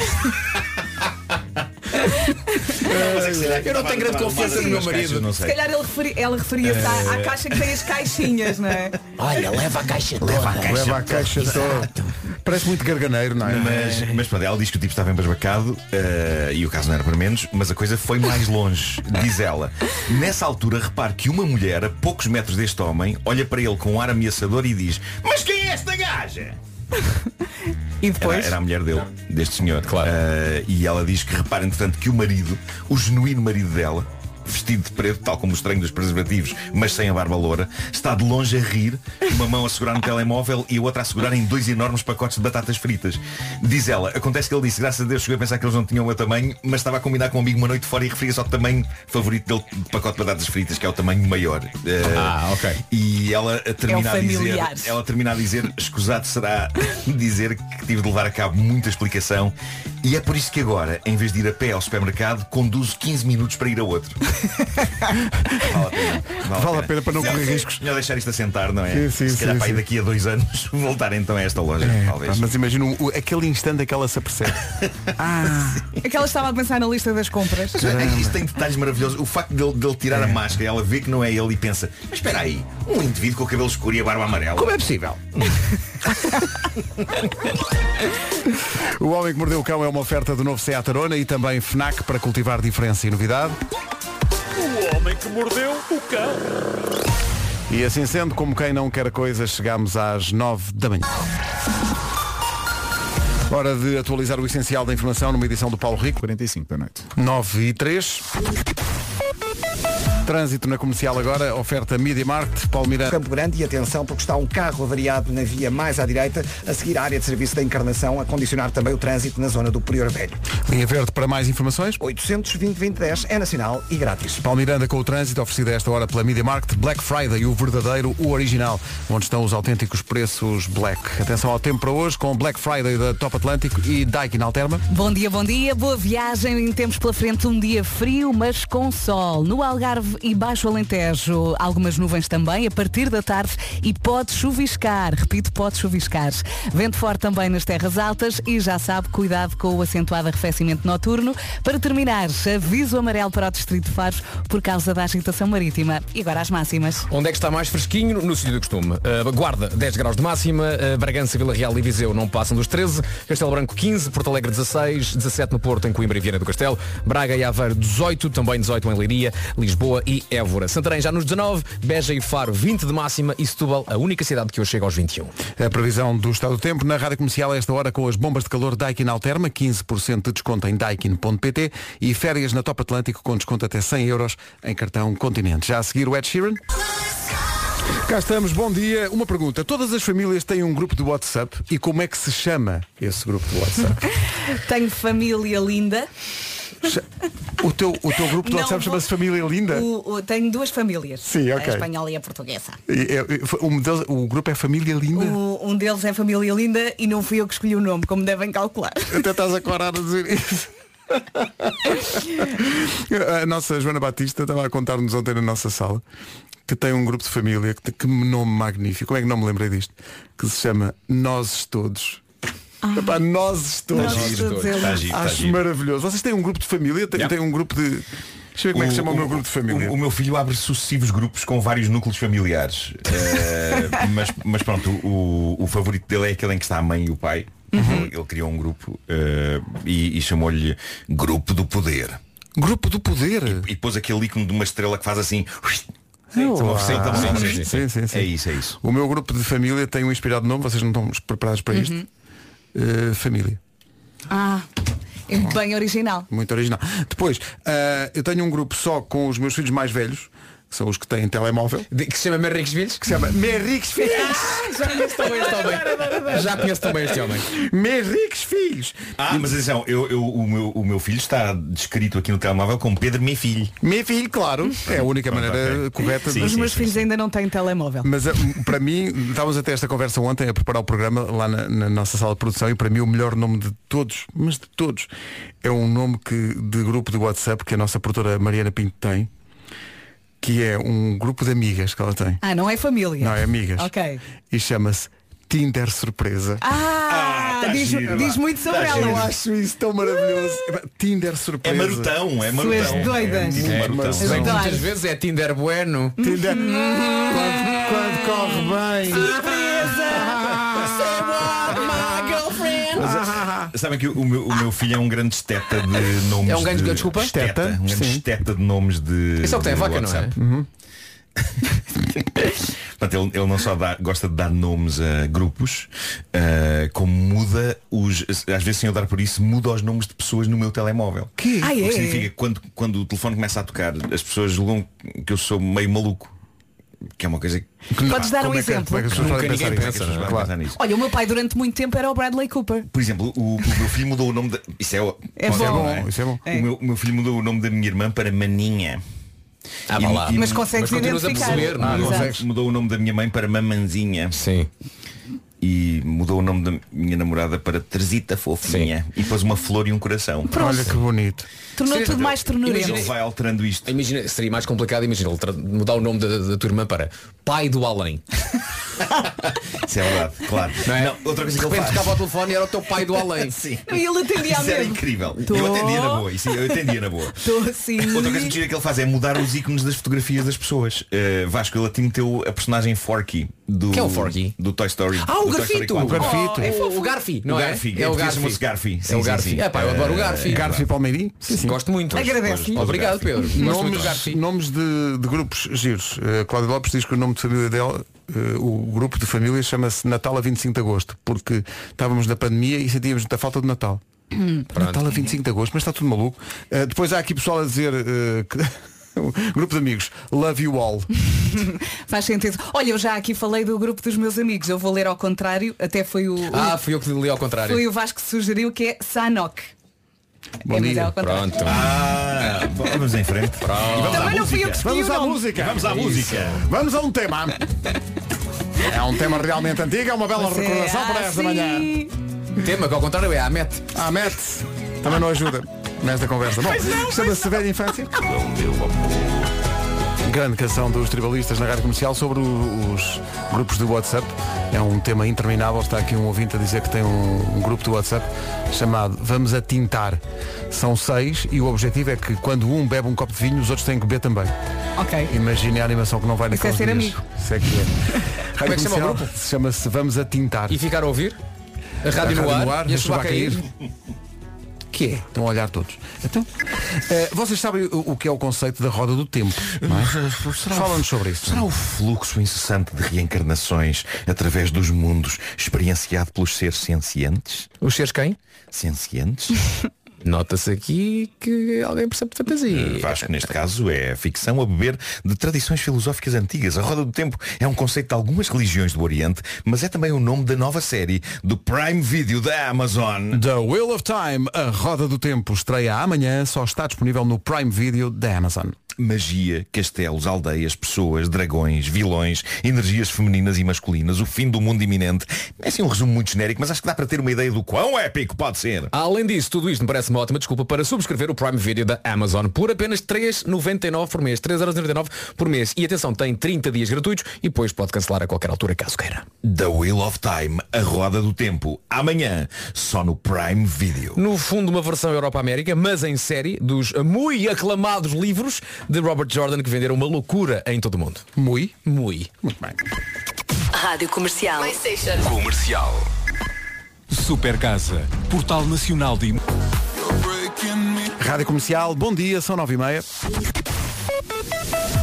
[SPEAKER 5] é
[SPEAKER 7] Eu não tenho grande confiança no meu marido.
[SPEAKER 3] Se calhar ele referi- ela referia-se à, à
[SPEAKER 7] É.
[SPEAKER 3] caixa que tem as caixinhas, não é?
[SPEAKER 7] Olha, leva a caixa toda.
[SPEAKER 1] Leva a caixa, toda. Parece muito garganeiro, não é?
[SPEAKER 5] Mas, mas pronto, ela diz que o tipo estava embasbacado eh, e o caso não era para menos, mas a coisa foi
[SPEAKER 7] [laughs]
[SPEAKER 5] mais longe, diz ela. Nessa altura, repare que uma mulher, a poucos metros deste homem, olha para ele com um ar ameaçador e diz Mas quem é esta gaja?
[SPEAKER 3] E
[SPEAKER 5] Era, era a mulher dele, deste senhor. Claro. Eh, e ela diz que repara, entretanto, que o marido, o genuíno marido dela, vestido de preto, tal como o estranho dos preservativos, mas sem a barba loura, está de longe a rir, uma mão a segurar no telemóvel e a outra a segurar em dois enormes pacotes de batatas fritas. Diz ela, acontece que ele disse, graças a Deus cheguei a pensar que eles não tinham o meu tamanho, mas estava a combinar com um amigo uma noite fora e referia-se ao tamanho favorito dele de pacote de batatas fritas, que é o tamanho maior. ah, ok. E ela eh, termina a dizer,
[SPEAKER 8] familiar.
[SPEAKER 5] ela termina a dizer, escusado será [laughs] dizer que tive de levar a cabo muita explicação e é por isso que agora, em vez de ir a pé ao supermercado, conduzo 15 minutos para ir
[SPEAKER 1] [laughs]
[SPEAKER 5] a outro. vale a pena.
[SPEAKER 1] Vale a pena para não correr riscos.
[SPEAKER 5] Melhor deixar isto a sentar, não é?
[SPEAKER 1] Sim, sim,
[SPEAKER 5] Se calhar
[SPEAKER 1] sim,
[SPEAKER 5] para aí
[SPEAKER 1] sim.
[SPEAKER 5] daqui a dois anos [laughs] voltar então a esta loja,
[SPEAKER 1] É,
[SPEAKER 5] talvez.
[SPEAKER 1] pá, mas imagina o- o- aquele instante em que ela se apercebe.
[SPEAKER 3] É que ela estava a pensar na lista das compras.
[SPEAKER 5] Mas, é que Isto tem detalhes maravilhosos. O facto dele, dele tirar a máscara e ela vê que não é ele e pensa, mas espera aí, um indivíduo com o cabelo escuro e a barba amarela. Como
[SPEAKER 1] é possível? O Homem que Mordeu o Cão é uma oferta do novo Seat Arona e também FNAC para cultivar diferença e novidade.
[SPEAKER 15] O homem que mordeu o cão.
[SPEAKER 1] E assim sendo, como quem não quer coisas, chegamos às 9 da manhã. Hora de atualizar o essencial da informação numa edição do Paulo Rico.
[SPEAKER 11] 45 da noite.
[SPEAKER 1] 9 e 3. Trânsito na comercial agora, oferta Media Markt, Paulo Miranda.
[SPEAKER 9] Campo Grande e atenção porque está um carro avariado na via mais à direita, a seguir à área de serviço da Encarnação, a condicionar também o trânsito na zona do Prior Velho.
[SPEAKER 1] Linha Verde para mais informações.
[SPEAKER 9] 820-2010 é nacional e grátis.
[SPEAKER 1] Paulo Miranda com o trânsito oferecido a esta hora pela Media Markt, Black Friday, o verdadeiro, o original, onde estão os autênticos preços black. Atenção ao tempo para hoje com Black Friday da Top Atlântico e Daikin Alterma.
[SPEAKER 3] Bom dia, bom dia, boa viagem. Temos pela frente um dia frio, mas com sol. No Algarve e Baixo Alentejo, algumas nuvens também a partir da tarde e pode chuviscar. Repito, pode chuviscar. Vento forte também nas terras altas e já sabe, cuidado com o acentuado arrefecimento noturno. Para terminar, aviso amarelo para o Distrito de Faros por causa da agitação marítima. E agora as máximas.
[SPEAKER 7] Onde é que está mais fresquinho? No sítio do costume. Uh, Guarda, 10 graus de máxima. uh, Bragança, Vila Real e Viseu não passam dos 13. Castelo Branco, 15. Porto Alegre, 16. 17 no Porto, em Coimbra e Viana do Castelo. Braga e Aveiro, 18. Também 18 em Leiria, Lisboa e Évora. Santarém já nos 19. Beja e Faro, 20 de máxima. E Setúbal, a única cidade que hoje chega aos 21.
[SPEAKER 1] A previsão do estado do tempo na rádio comercial a esta hora com as bombas de calor Daikin Alterma, 15% de desconto em daikin.pt e férias na Top Atlântico com desconto até 100 euros em cartão Continente. Já a seguir o Ed Sheeran. Cá estamos, bom dia. Uma pergunta. Todas as famílias têm um grupo de WhatsApp e como é que se chama esse grupo de WhatsApp?
[SPEAKER 3] Tenho família linda.
[SPEAKER 1] o, teu, o teu grupo de
[SPEAKER 3] Não,
[SPEAKER 1] WhatsApp
[SPEAKER 3] vou-
[SPEAKER 1] chama-se Família Linda?
[SPEAKER 3] O- o- tenho duas famílias.
[SPEAKER 1] Sim, ok.
[SPEAKER 3] A espanhola e a portuguesa.
[SPEAKER 1] E- é- um deles- o grupo é Família Linda?
[SPEAKER 3] O- um deles é Família Linda e não fui eu que escolhi o nome, como devem calcular.
[SPEAKER 1] Até estás a corar a dizer
[SPEAKER 3] [laughs]
[SPEAKER 1] isso. A nossa Joana Batista estava a contar-nos ontem na nossa sala que tem um grupo de família que, que nome magnífico. Como é que não me lembrei disto? Que se chama Nozes Todos.
[SPEAKER 3] Ah.
[SPEAKER 1] Epá, nozes todos.
[SPEAKER 5] Está Tá giro, Nozes todos. Está giro, está
[SPEAKER 1] Acho
[SPEAKER 5] giro.
[SPEAKER 1] maravilhoso. Vocês têm um grupo de família? Têm, têm um grupo de. Deixa eu ver como é que se chama o meu grupo de família.
[SPEAKER 5] O, o meu filho abre sucessivos grupos com vários núcleos familiares. [laughs] Eh, mas, mas pronto, o, o favorito dele é aquele em que está a mãe e o pai.
[SPEAKER 1] Uhum.
[SPEAKER 5] Então Ele criou um grupo eh, e, e chamou-lhe Grupo do Poder.
[SPEAKER 1] Grupo do Poder?
[SPEAKER 5] E, e pôs aquele ícone de uma estrela que faz assim.
[SPEAKER 1] Sim,
[SPEAKER 5] São
[SPEAKER 1] sim,
[SPEAKER 5] oficiais, são oficiais.
[SPEAKER 1] sim, sim, sim, sim.
[SPEAKER 5] É isso, é isso.
[SPEAKER 1] O meu grupo de família tem um inspirado nome, vocês não estão preparados para isto?
[SPEAKER 3] Uhum.
[SPEAKER 1] Eh, família.
[SPEAKER 3] Ah, é bem original.
[SPEAKER 1] Muito original. Depois, ah, eu tenho um grupo só com os meus filhos mais velhos, que são os que têm telemóvel.
[SPEAKER 7] que se chama Merricos Filhos?
[SPEAKER 1] Que se chama Merricos Filhos.
[SPEAKER 7] Já conheço também este homem. Já conheço também este homem.
[SPEAKER 1] Merricos Filhos.
[SPEAKER 5] Ah, mas atenção, eu, eu- o, meu, o meu filho está descrito aqui no telemóvel como Pedro Meu Filho.
[SPEAKER 1] Meu filho, claro. É a única
[SPEAKER 5] Pronto,
[SPEAKER 1] maneira
[SPEAKER 5] Ah, ok.
[SPEAKER 1] correta
[SPEAKER 5] Sim,
[SPEAKER 3] Os
[SPEAKER 5] sim,
[SPEAKER 3] meus
[SPEAKER 5] sim.
[SPEAKER 3] filhos ainda não têm telemóvel.
[SPEAKER 1] Mas ah, para mim, estávamos até esta conversa ontem a preparar o programa lá na, na nossa sala de produção e para mim o melhor nome de todos, mas de todos, é um nome que, de grupo de WhatsApp que a nossa produtora Mariana Pinto tem, que é um grupo de amigas que ela tem.
[SPEAKER 3] Ah, não é família.
[SPEAKER 1] Não, é amigas.
[SPEAKER 3] Ok.
[SPEAKER 1] E chama-se Tinder Surpresa.
[SPEAKER 7] tá
[SPEAKER 3] Ah, diz, diz muito sobre ela.
[SPEAKER 1] Eu acho isso tão maravilhoso. Epá, É, Tinder Surpresa.
[SPEAKER 7] É marotão, é marotão. Tu és doida. É muito marotão. Bem que muitas vezes é Tinder bueno.
[SPEAKER 1] Tinder. quando, corre bem.
[SPEAKER 5] Mas, eh, sabem que o meu, o meu filho é um grande esteta de nomes
[SPEAKER 7] É um grande-
[SPEAKER 5] de,
[SPEAKER 7] desculpa?
[SPEAKER 5] Esteta, um grande
[SPEAKER 7] Sim.
[SPEAKER 5] esteta de nomes de
[SPEAKER 7] Isso é o que tem
[SPEAKER 5] de
[SPEAKER 7] a vaca, não é?
[SPEAKER 5] WhatsApp. Portanto, ele, ele não só dá- gosta de dar nomes a grupos ah, Como muda os Às vezes sem eu dar por isso Muda os nomes de pessoas no meu telemóvel
[SPEAKER 3] Que? Ah,
[SPEAKER 5] O
[SPEAKER 3] é?
[SPEAKER 5] que significa que quando, quando o telefone começa a tocar As pessoas julgam que eu sou meio maluco Que é uma coisa que
[SPEAKER 3] Podes dar um
[SPEAKER 5] como é que-
[SPEAKER 3] exemplo?
[SPEAKER 5] como é que as pessoas
[SPEAKER 7] Nunca
[SPEAKER 5] podem pensar
[SPEAKER 7] ninguém pensa,
[SPEAKER 5] nisso? Como é que as pessoas
[SPEAKER 7] não é?
[SPEAKER 5] podem pensar nisso?
[SPEAKER 3] Olha, o meu pai durante muito tempo era o Bradley Cooper.
[SPEAKER 5] Por exemplo, o, o meu filho mudou o nome da. Isso é, o-
[SPEAKER 3] É
[SPEAKER 5] Isso
[SPEAKER 3] bom.
[SPEAKER 5] não
[SPEAKER 3] Isso é bom.
[SPEAKER 5] O meu, o meu filho mudou o nome da minha irmã para Maninha.
[SPEAKER 7] Ah, vá lá. Mas consegues Mas continuas a identificar. perceber, não é?
[SPEAKER 5] Ah,
[SPEAKER 7] Exato.
[SPEAKER 5] consegues. Mudou o nome da minha mãe para Mamanzinha.
[SPEAKER 7] Sim.
[SPEAKER 5] E mudou o nome da minha namorada para Teresita Fofinha. E pôs uma flor e um coração.
[SPEAKER 3] Pronto. Olha que
[SPEAKER 1] bonito.
[SPEAKER 3] Tornou
[SPEAKER 7] Seria-
[SPEAKER 3] tudo mais ternurento.
[SPEAKER 7] Imagina-
[SPEAKER 3] Ele
[SPEAKER 5] vai alterando isto.
[SPEAKER 7] Imagina, seria mais complicado, imagina, ele tra- mudar o nome da, da tua irmã para Pai do Além.
[SPEAKER 5] Isso é verdade, claro.
[SPEAKER 7] Não é?
[SPEAKER 5] Não, outra
[SPEAKER 7] De
[SPEAKER 5] coisa que ele
[SPEAKER 7] repente
[SPEAKER 5] faz.
[SPEAKER 7] tocava ao telefone e era o teu pai do [laughs] além.
[SPEAKER 5] Sim.
[SPEAKER 3] E ele atendia a
[SPEAKER 5] Isso era
[SPEAKER 3] mesmo.
[SPEAKER 5] incrível.
[SPEAKER 3] Tô.
[SPEAKER 5] Eu atendia na boa. Isso, eu atendia na boa.
[SPEAKER 3] Estou assim.
[SPEAKER 5] Outra coisa mentira que ele faz é mudar os ícones das fotografias das pessoas. Uh, Vasco, ele até meteu a personagem Forky do,
[SPEAKER 7] Quem é o Forky?
[SPEAKER 5] do Toy Story.
[SPEAKER 7] Ah, o
[SPEAKER 5] do Toy Story
[SPEAKER 7] Garfito!
[SPEAKER 5] 4.
[SPEAKER 7] O Garfito. Oh, é fofo. O Garfi, não
[SPEAKER 5] o
[SPEAKER 7] é?
[SPEAKER 5] Garfi.
[SPEAKER 7] É
[SPEAKER 5] É
[SPEAKER 7] o
[SPEAKER 5] o
[SPEAKER 7] Garfi.
[SPEAKER 5] Garfi. Garfi.
[SPEAKER 7] É o Garfi. É pá, eu adoro o Garfi. Garfi
[SPEAKER 1] Palmeirim? Sim, sim.
[SPEAKER 7] Gosto muito.
[SPEAKER 3] Agradeço.
[SPEAKER 7] Obrigado, Pedro. Gosto muito do
[SPEAKER 1] Nomes,
[SPEAKER 7] Garfi.
[SPEAKER 1] nomes de, de grupos giros. Eh, Cláudia Lopes diz que o nome de família dela, eh, o grupo de família, chama-se Natal a 25 de Agosto, porque estávamos na pandemia e sentíamos muita falta de Natal. Natal a 25 de Agosto, mas está tudo maluco. Eh, depois há aqui pessoal a dizer eh, que- [laughs] grupo de amigos, love you all.
[SPEAKER 3] Faz sentido. Olha, eu já aqui falei do grupo dos meus amigos. Eu vou ler ao contrário. Até foi o, o-
[SPEAKER 7] Ah, fui eu que li ao contrário.
[SPEAKER 3] foi o Vasco que sugeriu que é Sanok.
[SPEAKER 7] Bom
[SPEAKER 3] é
[SPEAKER 7] dia.
[SPEAKER 3] melhor ao contrário.
[SPEAKER 7] Pronto.
[SPEAKER 5] Ah, vamos em frente. Pronto. E vamos
[SPEAKER 3] Também
[SPEAKER 5] à
[SPEAKER 3] não fui eu que
[SPEAKER 5] música.
[SPEAKER 3] escolhi
[SPEAKER 1] Vamos
[SPEAKER 3] o
[SPEAKER 1] à
[SPEAKER 3] nome.
[SPEAKER 1] música. É
[SPEAKER 5] Vamos à
[SPEAKER 1] Isso.
[SPEAKER 5] música.
[SPEAKER 1] Vamos a um tema. É um tema realmente antigo, é uma bela
[SPEAKER 3] Você é
[SPEAKER 1] recordação para esta
[SPEAKER 3] assim.
[SPEAKER 1] manhã.
[SPEAKER 7] Tema que ao contrário é a Met.
[SPEAKER 1] A Met Ah, também não ajuda nesta conversa. Bom,
[SPEAKER 7] Pois não,
[SPEAKER 1] chama-se Velha Infância. Grande canção dos tribalistas na rádio comercial sobre o- os grupos de WhatsApp. É um tema interminável. Está aqui um ouvinte a dizer que tem um, um grupo de WhatsApp chamado Vamos a Tintar. São seis e o objetivo é que quando um bebe um copo de vinho, os outros têm que beber também.
[SPEAKER 3] Ok.
[SPEAKER 1] Imagine a animação que não vai
[SPEAKER 3] Isso
[SPEAKER 1] naqueles
[SPEAKER 3] é ser
[SPEAKER 1] dias.
[SPEAKER 3] amigo.
[SPEAKER 1] Isso é que é.
[SPEAKER 7] Como é que chama o
[SPEAKER 1] Comercial
[SPEAKER 7] grupo?
[SPEAKER 1] Chama-se Vamos a Tintar.
[SPEAKER 7] E ficar a ouvir? A rádio,
[SPEAKER 1] A
[SPEAKER 7] no, ar, e a
[SPEAKER 1] chuva
[SPEAKER 7] chuva a cair.
[SPEAKER 1] que é? Estão a olhar todos. Então, eh, vocês sabem o, o que é o conceito da roda do tempo? não [laughs] é? Fala-nos sobre isso.
[SPEAKER 5] Será o fluxo incessante de reencarnações através dos mundos experienciado pelos seres sencientes?
[SPEAKER 7] Os seres quem? [laughs]
[SPEAKER 5] Sencientes?
[SPEAKER 7] Nota-se aqui que alguém percebe de fantasia.
[SPEAKER 5] Vasco, neste caso, é ficção a beber de tradições filosóficas antigas. A Roda do Tempo é um conceito de algumas religiões do Oriente, mas é também o nome da nova série do Prime Video da Amazon.
[SPEAKER 1] The Wheel of Time, a roda do tempo, estreia amanhã, só está disponível no Prime Video da Amazon.
[SPEAKER 5] magia, castelos, aldeias, pessoas, dragões, vilões, energias femininas e masculinas, o fim do mundo iminente. É assim um resumo muito genérico, mas acho que dá para ter uma ideia do quão épico pode ser.
[SPEAKER 7] Além disso, tudo isto me parece uma ótima desculpa para subscrever o Prime Video da Amazon por apenas 3,99 por mês. 3,99 por mês. E atenção, tem 30 dias gratuitos e depois pode cancelar a qualquer altura caso queira.
[SPEAKER 5] The Wheel of Time, a roda do tempo, amanhã, só no Prime Video.
[SPEAKER 7] No fundo, uma versão Europa-América, mas em série, dos muito aclamados livros de Robert Jordan que venderam uma loucura em todo o mundo. Mui? Mui. Muito bem.
[SPEAKER 13] Rádio Comercial.
[SPEAKER 14] Comercial.
[SPEAKER 16] Super Casa, Portal Nacional de Imo-
[SPEAKER 1] Rádio Comercial, bom dia, são 9 e meia.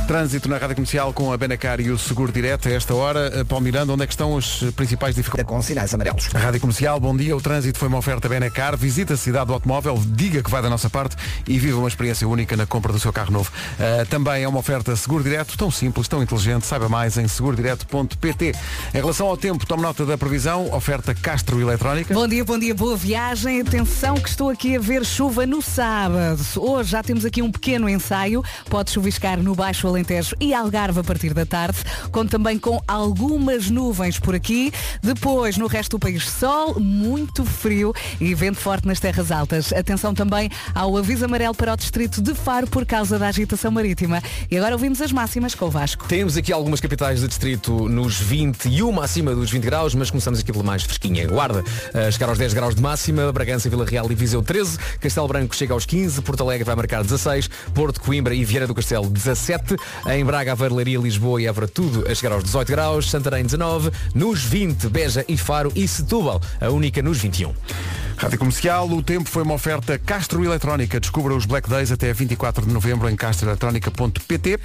[SPEAKER 1] Trânsito na Rádio Comercial com a Benacar e o Seguro Direto. A esta hora, eh, Paulo Miranda, onde é que estão as eh, principais dificuldades?
[SPEAKER 9] Com sinais amarelos.
[SPEAKER 1] Rádio Comercial, bom dia. O trânsito foi uma oferta Benacar. Visita a cidade do automóvel, diga que vai da nossa parte e viva uma experiência única na compra do seu carro novo. Eh, também é uma oferta Seguro Direto, tão simples, tão inteligente. Saiba mais em segurodireto.pt. Em relação ao tempo, tome nota da previsão. Oferta Castro Eletrónica.
[SPEAKER 3] Bom dia, bom dia, boa viagem. Atenção que estou aqui a ver chuva no sábado. Hoje já temos aqui um pequeno ensaio. Pode chuviscar no Baixo Alentejo e Algarve a partir da tarde. Conto também com algumas nuvens por aqui. Depois, no resto do país, sol, muito frio e vento forte nas terras altas. Atenção também ao aviso amarelo para o distrito de Faro por causa da agitação marítima. E agora ouvimos as máximas com o Vasco.
[SPEAKER 7] Temos aqui algumas capitais de distrito nos 21 acima dos 20 graus, mas começamos aqui pela mais fresquinha. Guarda a chegar aos 10 graus de máxima, Bragança, Vila Real e Viseu 13, Castelo Branco chega aos 15, Porto Alegre vai marcar 16, Porto, Coimbra e Vieira do Castelo 17, em Braga, Aveiro, Leiria, Lisboa e Évora tudo a chegar aos 18 graus, Santarém 19, nos 20 Beja e Faro e Setúbal, a única nos 21.
[SPEAKER 1] Rádio Comercial, o tempo foi uma oferta Castro Eletrónica. Descubra os Black Days até 24 de novembro em castroeletronica.pt.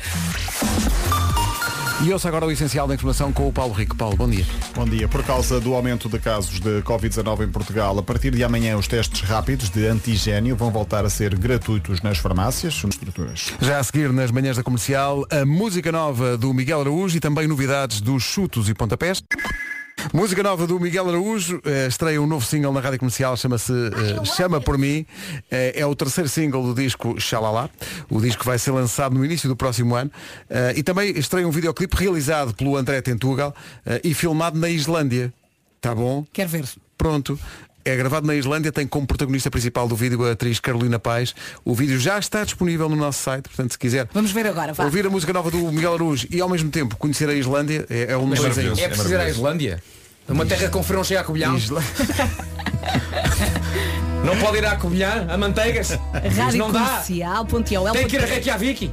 [SPEAKER 1] E ouça agora o essencial da informação com o Paulo Rico. Paulo, bom dia.
[SPEAKER 11] Bom dia. Por causa do aumento de casos de Covid-19 em Portugal, a partir de amanhã os testes rápidos de antigênio vão voltar a ser gratuitos nas farmácias, nas estruturas.
[SPEAKER 1] Já a seguir, nas manhãs da comercial, a música nova do Miguel Araújo e também novidades dos chutos e pontapés. Música nova do Miguel Araújo, eh, estreia um novo single na rádio comercial, chama-se eh, Chama por Mim. Eh, é o terceiro single do disco Xalala. O disco vai ser lançado no início do próximo ano. Eh, e também estreia um videoclipe realizado pelo André Tentugal eh, e filmado na Islândia. Tá bom?
[SPEAKER 3] Quer ver?
[SPEAKER 1] Pronto. É gravado na Islândia, tem como protagonista principal do vídeo a atriz Carolina Paz. O vídeo já está disponível no nosso site, portanto se quiser
[SPEAKER 3] Vamos ver agora, vá.
[SPEAKER 1] ouvir a música nova do Miguel Araújo e ao mesmo tempo conhecer a Islândia é, é um
[SPEAKER 7] Mas
[SPEAKER 1] dos
[SPEAKER 7] é,
[SPEAKER 1] desenhos.
[SPEAKER 7] é preciso ir à Islândia? É Uma terra com frão cheia a cobilhão? [laughs] Não pode ir à cobilhão? A manteigas? Isso
[SPEAKER 3] Rádio
[SPEAKER 7] não dá?
[SPEAKER 3] Comercial, Pontiel, é o
[SPEAKER 7] Tem que ir a
[SPEAKER 3] Pontiel.
[SPEAKER 7] Reykjavik?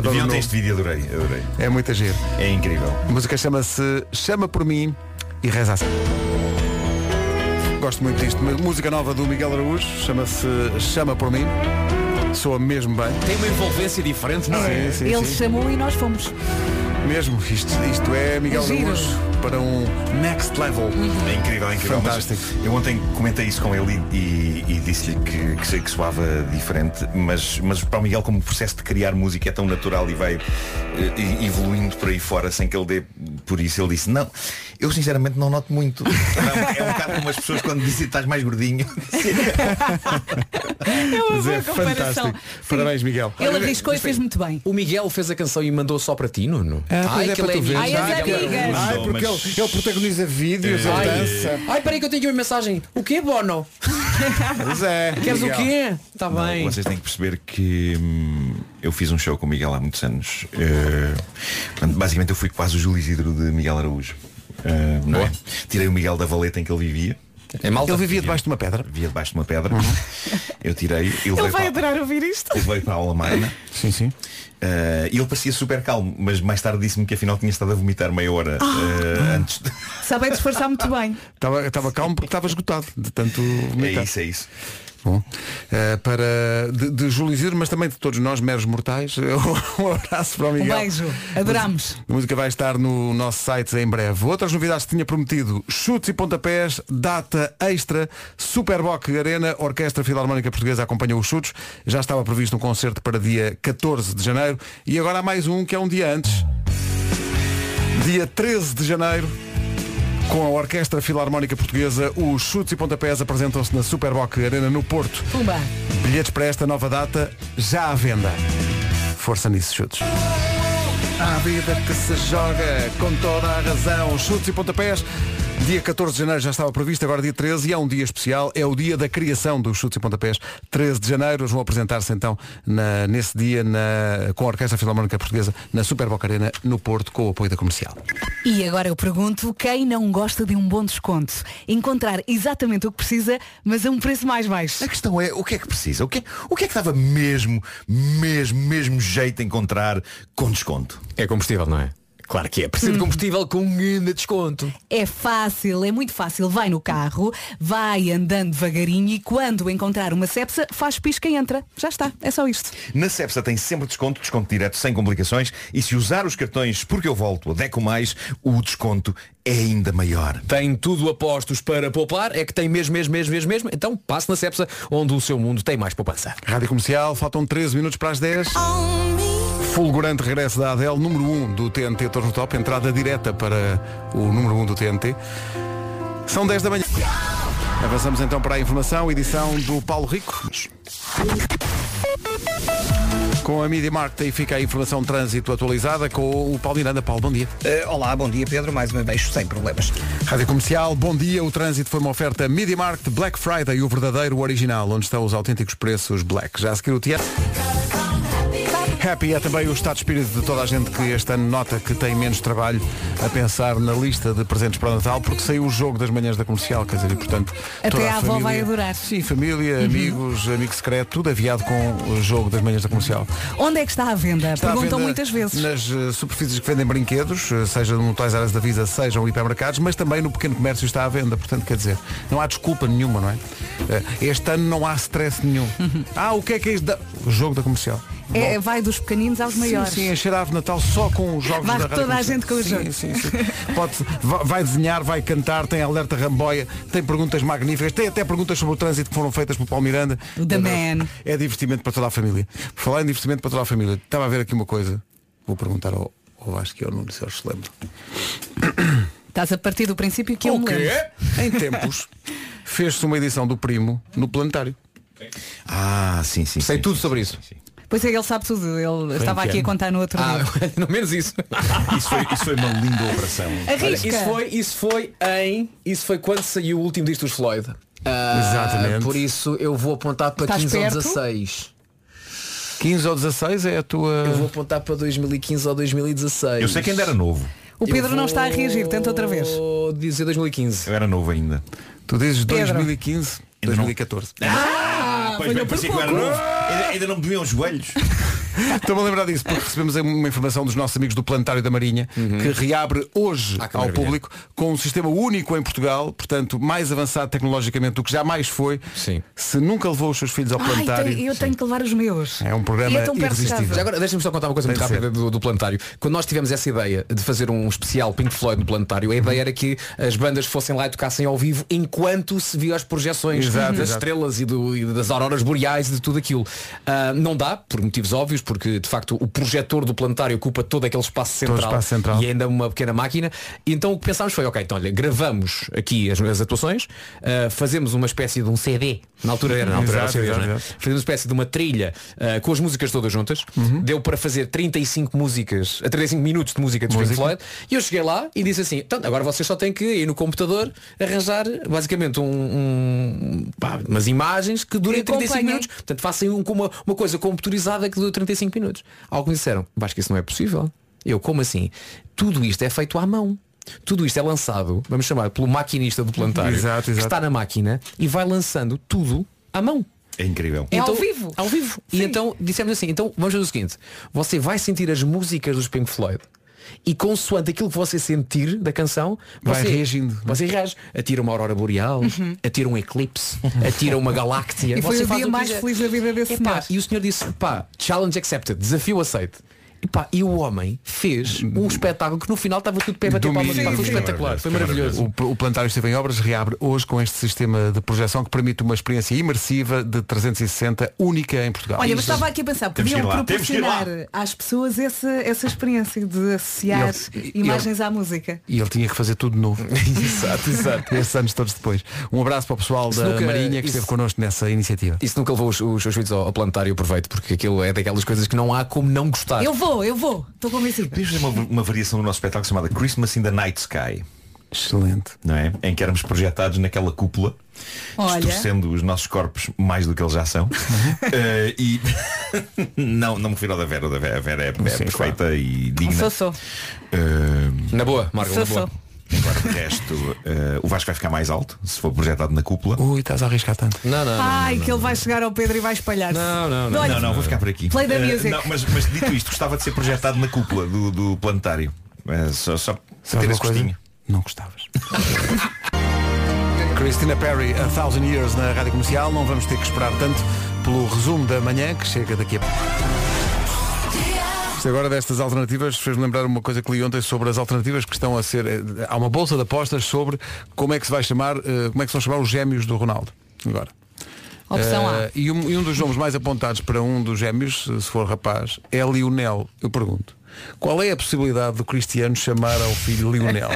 [SPEAKER 5] Deviam ter este vídeo, adorei, adorei.
[SPEAKER 1] É muita giro.
[SPEAKER 5] É incrível.
[SPEAKER 1] A música chama-se Chama por mim e reza assim. Gosto muito disto. Música nova do Miguel Araújo, chama-se Chama por mim. Soa mesmo bem.
[SPEAKER 7] Tem uma envolvência diferente, não é?
[SPEAKER 1] Sim, sim,
[SPEAKER 3] Ele
[SPEAKER 1] sim.
[SPEAKER 3] chamou e nós fomos.
[SPEAKER 1] Mesmo, isto, isto é Miguel
[SPEAKER 3] Giro.
[SPEAKER 1] Araújo para um next level.
[SPEAKER 5] É incrível, é incrível.
[SPEAKER 1] Fantástico.
[SPEAKER 5] Mas eu ontem comentei isso com ele e, e- e disse-lhe que, que, sei que soava diferente, mas, mas para o Miguel como o processo de criar música é tão natural e vai eh, e- evoluindo por aí fora sem que ele dê por isso, ele disse, não, eu sinceramente não noto muito. Não, é um bocado como as pessoas quando dizem que estás mais gordinho.
[SPEAKER 3] É uma
[SPEAKER 1] Mas
[SPEAKER 3] boa
[SPEAKER 1] é
[SPEAKER 3] comparação.
[SPEAKER 1] fantástico. Parabéns, Miguel.
[SPEAKER 3] Ele arriscou e fez muito bem.
[SPEAKER 7] O Miguel fez a canção e mandou só para ti, Nuno.
[SPEAKER 1] Ah, pois
[SPEAKER 7] Ai,
[SPEAKER 1] é
[SPEAKER 7] que
[SPEAKER 1] para tu
[SPEAKER 7] ele
[SPEAKER 1] ver.
[SPEAKER 7] amigo.
[SPEAKER 1] Ai,
[SPEAKER 7] Ai,
[SPEAKER 1] que
[SPEAKER 7] ele-
[SPEAKER 1] Ai, porque ele, ele protagoniza vídeos, ele
[SPEAKER 7] Ai.
[SPEAKER 1] dança.
[SPEAKER 7] Ai, peraí que eu tenho aqui uma mensagem. O quê, Bono?
[SPEAKER 1] Pois é.
[SPEAKER 7] Queres
[SPEAKER 1] Miguel.
[SPEAKER 7] o quê? Está
[SPEAKER 5] Não,
[SPEAKER 7] bem.
[SPEAKER 5] Vocês têm que perceber que hum, eu fiz um show com o Miguel há muitos anos. Eh, portanto, basicamente eu fui quase o Júlio Isidro de Miguel Araújo. Eh, não é? Tirei o Miguel da valeta em que ele vivia.
[SPEAKER 7] É malta.
[SPEAKER 1] Ele vivia debaixo de uma pedra.
[SPEAKER 5] Vivia debaixo de uma pedra. [laughs] Eu tirei e
[SPEAKER 3] Ele
[SPEAKER 5] levei
[SPEAKER 3] vai
[SPEAKER 5] para,
[SPEAKER 3] adorar ouvir isto.
[SPEAKER 5] levei para a aula magna.
[SPEAKER 1] Sim, sim.
[SPEAKER 5] Eh, E ele parecia super calmo, mas mais tarde disse-me que afinal tinha estado a vomitar meia hora
[SPEAKER 3] Ah!
[SPEAKER 5] eh, antes de... [laughs]
[SPEAKER 3] Sabe disfarçar muito bem.
[SPEAKER 1] Estava, estava calmo porque estava esgotado de tanto vomitar.
[SPEAKER 5] É isso, é isso.
[SPEAKER 1] Bom, eh, para de, de Júlio Isidro, mas também de todos nós, meros mortais, [laughs] um abraço para o
[SPEAKER 3] Um
[SPEAKER 1] Miguel.
[SPEAKER 3] beijo. Adorámos.
[SPEAKER 1] A música vai estar no nosso site em breve. Outras novidades que tinha prometido, chutes e pontapés, data extra, Superboc Arena, Orquestra Filarmónica Portuguesa acompanha os chutes. Já estava previsto um concerto para dia 14 de janeiro e agora há mais um que é um dia antes. Dia 13 de janeiro, com a Orquestra Filarmónica Portuguesa, os chutes e pontapés apresentam-se na Superboc Arena no Porto.
[SPEAKER 3] Pumba.
[SPEAKER 1] Bilhetes para esta nova data já à venda. Força nisso, chutes. Há vida que se joga com toda a razão. Chutes e pontapés. Dia 14 de janeiro já estava previsto, agora dia 13 e é um dia especial, é o dia da criação dos chutes e pontapés. 13 de janeiro, eles vão apresentar-se então na- nesse dia na- com a Orquestra Filarmónica Portuguesa na Super Boca Arena, no Porto, com o apoio da comercial.
[SPEAKER 3] E agora eu pergunto, quem não gosta de um bom desconto? Encontrar exatamente o que precisa, mas a um preço mais baixo.
[SPEAKER 5] A questão é, o que é que precisa? O que é, o que, é que dava mesmo, mesmo, mesmo jeito a encontrar com desconto?
[SPEAKER 7] É combustível, não é? Claro que é.
[SPEAKER 3] Hum.
[SPEAKER 7] Preciso de combustível com um grande desconto.
[SPEAKER 3] É fácil, é muito fácil. Vai no carro, vai andando devagarinho e quando encontrar uma cepsa, faz pisca e entra. Já está, é só isto.
[SPEAKER 5] Na Cepsa tem sempre desconto, desconto direto, sem complicações. E se usar os cartões Porque Eu Volto a Deco Mais, o desconto é ainda maior.
[SPEAKER 7] Tem tudo apostos para poupar, é que tem mesmo, mesmo, mesmo, mesmo, mesmo. Então passe na Cepsa, onde o seu mundo tem mais poupança.
[SPEAKER 1] Rádio Comercial, faltam 13 minutos para as 10. Fulgurante regresso da Adele, número 1 do TNT Torres no Top, entrada direta para o número 1 do TNT. São 10 da manhã. Avançamos então para a informação, edição do Paulo Rico. Com a Media Market aí fica a informação de trânsito atualizada com o Paulo Miranda. Paulo, bom dia.
[SPEAKER 9] Eh, olá, bom dia Pedro, mais um beijo sem problemas.
[SPEAKER 1] Rádio Comercial, bom dia. O trânsito foi uma oferta Media Market Black Friday, o verdadeiro original, onde estão os autênticos preços black. Já a seguir o teatro. Happy é também o estado de espírito de toda a gente que este ano nota que tem menos trabalho a pensar na lista de presentes para o Natal, porque saiu o jogo das manhãs da comercial, quer dizer, e portanto.
[SPEAKER 3] Até
[SPEAKER 1] toda
[SPEAKER 3] a avó vai adorar. Uhum.
[SPEAKER 1] Sim, família, amigos, amigo secreto, tudo aviado com o jogo das manhãs da comercial.
[SPEAKER 3] Onde é que está a venda?
[SPEAKER 1] Está à
[SPEAKER 3] Perguntam
[SPEAKER 1] venda
[SPEAKER 3] muitas vezes.
[SPEAKER 1] Nas eh, superfícies que vendem brinquedos, eh, seja no tais áreas da Visa, sejam hipermercados, mas também no pequeno comércio está à venda. Portanto, quer dizer, não há desculpa nenhuma, não é? Eh, este ano não há stress
[SPEAKER 3] [laughs]
[SPEAKER 1] nenhum. Ah, o que é que é isto? da- O jogo da comercial.
[SPEAKER 3] É, vai dos pequeninos aos maiores.
[SPEAKER 1] Sim, sim, encher a árvore de Natal só com os jogos
[SPEAKER 3] Vai
[SPEAKER 1] da Rádio
[SPEAKER 3] toda a
[SPEAKER 1] Comercial.
[SPEAKER 3] gente com os
[SPEAKER 1] Sim,
[SPEAKER 3] jogos.
[SPEAKER 1] sim, sim. Pode, va- vai desenhar, vai cantar, tem alerta ramboia, tem perguntas magníficas, tem até perguntas sobre o trânsito que foram feitas pelo Paulo Miranda.
[SPEAKER 3] The man.
[SPEAKER 1] É divertimento para toda a família. Por falar em divertimento para toda a família, estava a ver aqui uma coisa. Vou perguntar ao, ao Vasco e ao Nuno se eles se lembram.
[SPEAKER 3] Estás a partir do princípio que eu me lembro.
[SPEAKER 1] Em
[SPEAKER 3] [laughs]
[SPEAKER 1] tempos, fez-se uma edição do Primo no Planetário.
[SPEAKER 5] Ah, sim, sim.
[SPEAKER 1] Sei tudo sobre isso.
[SPEAKER 3] Pois é, ele sabe tudo. Ele
[SPEAKER 1] em
[SPEAKER 3] estava
[SPEAKER 1] que
[SPEAKER 3] aqui a
[SPEAKER 1] ano?
[SPEAKER 3] contar no outro dia.
[SPEAKER 7] [laughs] Não menos isso.
[SPEAKER 5] Isso foi, isso foi uma linda
[SPEAKER 3] [laughs]
[SPEAKER 5] operação.
[SPEAKER 3] Arrisca.
[SPEAKER 7] isso foi, isso foi em. Isso foi quando saiu o último disco dos Floyd. Ah,
[SPEAKER 1] Exatamente.
[SPEAKER 7] Por isso eu vou apontar para
[SPEAKER 1] Estás
[SPEAKER 7] 15 ou
[SPEAKER 1] perto?
[SPEAKER 7] 16.
[SPEAKER 1] 15 ou 16 é a tua.
[SPEAKER 7] Eu vou apontar para 2015 ou 2016.
[SPEAKER 5] Eu sei que ainda era novo.
[SPEAKER 3] O Pedro não está a reagir, tenta outra vez.
[SPEAKER 7] Vou dizer 2015.
[SPEAKER 5] Eu era novo ainda.
[SPEAKER 1] Tu dizes
[SPEAKER 3] Pedro.
[SPEAKER 1] 2015, 2014.
[SPEAKER 5] Ah, pois bem, parecia que eu era novo. Ainda, ainda não me doíam os joelhos.
[SPEAKER 1] Estou-me a lembrar disso, porque recebemos uma informação dos nossos amigos do Planetário da Marinha, que reabre hoje
[SPEAKER 7] Uhum. Ah, que
[SPEAKER 1] ao
[SPEAKER 7] maravilha.
[SPEAKER 1] público, com um sistema único em Portugal, portanto, mais avançado tecnologicamente do que jamais foi. Sim. Se nunca levou os seus filhos ao
[SPEAKER 3] Ai,
[SPEAKER 1] Planetário.
[SPEAKER 3] tem- eu tenho que levar os meus.
[SPEAKER 1] É um programa
[SPEAKER 3] E é tão perto de
[SPEAKER 1] irresistível.
[SPEAKER 3] casa.
[SPEAKER 7] Já agora, deixa-me só contar uma coisa
[SPEAKER 1] Tem
[SPEAKER 7] muito
[SPEAKER 1] de
[SPEAKER 7] rápida do, do planetário. Quando nós tivemos essa ideia de fazer um especial Pink Floyd no planetário, a ideia era que as bandas fossem lá e tocassem ao vivo enquanto se via as projeções
[SPEAKER 1] Exato,
[SPEAKER 7] das
[SPEAKER 1] exato.
[SPEAKER 7] estrelas e, do- e das auroras boreais e de tudo aquilo. Ah, não dá, por motivos óbvios, porque de facto o projetor do planetário ocupa todo aquele espaço
[SPEAKER 1] Todo
[SPEAKER 7] central,
[SPEAKER 1] espaço central.
[SPEAKER 7] e é ainda uma pequena máquina. E então o que pensámos foi, ok, então olha, gravamos aqui as, as atuações, ah, fazemos uma espécie de um CD. Na altura era, na altura era o
[SPEAKER 1] Exato,
[SPEAKER 7] CD,
[SPEAKER 1] exato,
[SPEAKER 7] não é?
[SPEAKER 1] exato.
[SPEAKER 7] fazemos uma espécie de uma trilha ah, com as músicas todas juntas.
[SPEAKER 1] Uhum.
[SPEAKER 7] Deu para fazer 35 músicas, a 35 minutos de música dos Pink
[SPEAKER 1] Música.
[SPEAKER 7] Floyd. E eu cheguei lá e disse assim, "Então, agora vocês só têm que ir no computador arranjar basicamente um, um- pá, umas imagens que durem
[SPEAKER 3] Que
[SPEAKER 7] 35
[SPEAKER 3] acompanhem.
[SPEAKER 7] minutos. Portanto, façam um- uma, uma coisa computurizada que dure 35 minutos. Alguns disseram, acho que isso não é possível. Eu, como assim? Tudo isto é feito à mão. Tudo isto é lançado, vamos chamar, pelo maquinista do planetário,
[SPEAKER 1] Exato,
[SPEAKER 7] que
[SPEAKER 1] exato.
[SPEAKER 7] está na máquina e vai lançando tudo à mão.
[SPEAKER 5] É incrível.
[SPEAKER 3] É ao vivo.
[SPEAKER 7] Então, Ao vivo. E então dissemos assim, então vamos fazer o seguinte, você vai sentir as músicas dos Pink Floyd. E consoante aquilo que você sentir da canção,
[SPEAKER 1] Vai
[SPEAKER 7] você,
[SPEAKER 1] reagindo. é?
[SPEAKER 7] Você reage. Atira uma aurora boreal, atira
[SPEAKER 1] [laughs]
[SPEAKER 7] um eclipse, atira uma galáctia.
[SPEAKER 3] Uhum. E foi
[SPEAKER 7] você
[SPEAKER 3] o
[SPEAKER 7] faz
[SPEAKER 3] dia
[SPEAKER 7] que
[SPEAKER 3] mais
[SPEAKER 7] quiser.
[SPEAKER 3] feliz da vida desse
[SPEAKER 7] Epá,
[SPEAKER 3] senhor.
[SPEAKER 7] E o senhor disse, pá, challenge accepted, desafio aceito. E, pá, e o homem fez um espetáculo que no final estava tudo pé a bater palmas. Pá, Foi espetacular, foi maravilhoso.
[SPEAKER 1] O, o Planetário Esteve em Obras reabre hoje com este sistema de projeção que permite uma experiência imersiva de 360 única em Portugal.
[SPEAKER 3] Olha, mas estava aqui a pensar,
[SPEAKER 1] Temos que ir
[SPEAKER 3] podiam
[SPEAKER 1] lá, temos que ir lá.
[SPEAKER 3] proporcionar às pessoas essa, essa experiência de associar
[SPEAKER 1] Ele- e-
[SPEAKER 3] imagens à música.
[SPEAKER 1] E ele tinha que fazer tudo de
[SPEAKER 7] [laughs]
[SPEAKER 1] novo. exato, exato. Estes anos todos depois. Um abraço para o pessoal
[SPEAKER 7] Isso
[SPEAKER 1] da
[SPEAKER 7] nunca-
[SPEAKER 1] Marinha que
[SPEAKER 7] isso-
[SPEAKER 1] esteve connosco nessa iniciativa.
[SPEAKER 7] E se nunca levou os, os seus filhos ao, ao planetário, aproveito, porque aquilo é daquelas coisas que não há como não gostar.
[SPEAKER 3] Eu vou, eu vou, estou convencida.
[SPEAKER 5] Podíamos fazer uma, uma variação do nosso espetáculo chamada Christmas in the Night Sky.
[SPEAKER 1] Excelente.
[SPEAKER 5] Não é? Em que éramos projetados naquela cúpula,
[SPEAKER 3] Olha. Uhum.
[SPEAKER 5] distorcendo os nossos corpos mais do que eles já são. [laughs] Eh, e não, não me refiro ao da Vera, o da Vera, a Vera é, é perfeita e digna.
[SPEAKER 3] Sou, sou.
[SPEAKER 5] Eh,
[SPEAKER 7] Na boa,
[SPEAKER 3] Marco, na Sou, boa. sou.
[SPEAKER 5] Agora o resto, eh, o Vasco vai ficar mais alto, se for projetado na cúpula.
[SPEAKER 1] Ui, estás a arriscar tanto.
[SPEAKER 7] Não, não.
[SPEAKER 3] Ai, que ele vai chegar ao Pedro e vai espalhar-se. Olha,
[SPEAKER 5] Não, não, vou ficar por aqui.
[SPEAKER 3] Play the
[SPEAKER 5] Eh,
[SPEAKER 3] music.
[SPEAKER 5] não, mas, mas dito isto, gostava de ser projetado na cúpula do, do planetário. Eh, só só para ter
[SPEAKER 1] uma
[SPEAKER 5] esse
[SPEAKER 1] coisa?
[SPEAKER 5] gostinho.
[SPEAKER 1] Não gostavas. [laughs] Christina Perry, A Thousand Years na Rádio Comercial. Não vamos ter que esperar tanto pelo resumo da manhã que chega daqui a pouco. Isto Agora destas alternativas fez-me lembrar uma coisa que li ontem sobre as alternativas que estão a ser. eh, Há uma bolsa de apostas sobre como é que se vai chamar, eh, como é que se vão chamar os gêmeos do Ronaldo. Agora.
[SPEAKER 3] Opção A.
[SPEAKER 1] Eh, E um, e um dos nomes mais apontados para um dos gêmeos, se for rapaz, é Lionel. Eu pergunto, qual é a possibilidade do Cristiano chamar ao filho
[SPEAKER 7] [laughs]
[SPEAKER 1] Lionel?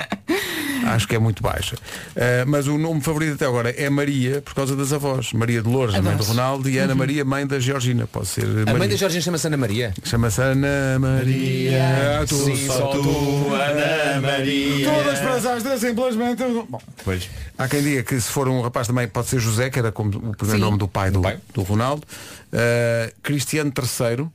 [SPEAKER 1] Acho que é muito baixa. Eh, mas o nome favorito até agora é Maria, por causa das avós. Maria de Lourdes, mãe do
[SPEAKER 7] Avós.
[SPEAKER 1] Ronaldo, e Ana
[SPEAKER 7] Uhum.
[SPEAKER 1] Maria, mãe da Georgina. Pode ser
[SPEAKER 7] A mãe da Jorginha chama-se Ana Maria.
[SPEAKER 1] Chama-se Ana Maria. Tu
[SPEAKER 7] Sim, só tu, é. Ana Maria.
[SPEAKER 1] Todas para as asas, simplesmente. Bom,
[SPEAKER 5] Pois.
[SPEAKER 1] Há quem diga que se for um rapaz também pode ser José, que era como o primeiro
[SPEAKER 5] Sim.
[SPEAKER 1] nome do pai do, do Ronaldo. Uh, Cristiano III.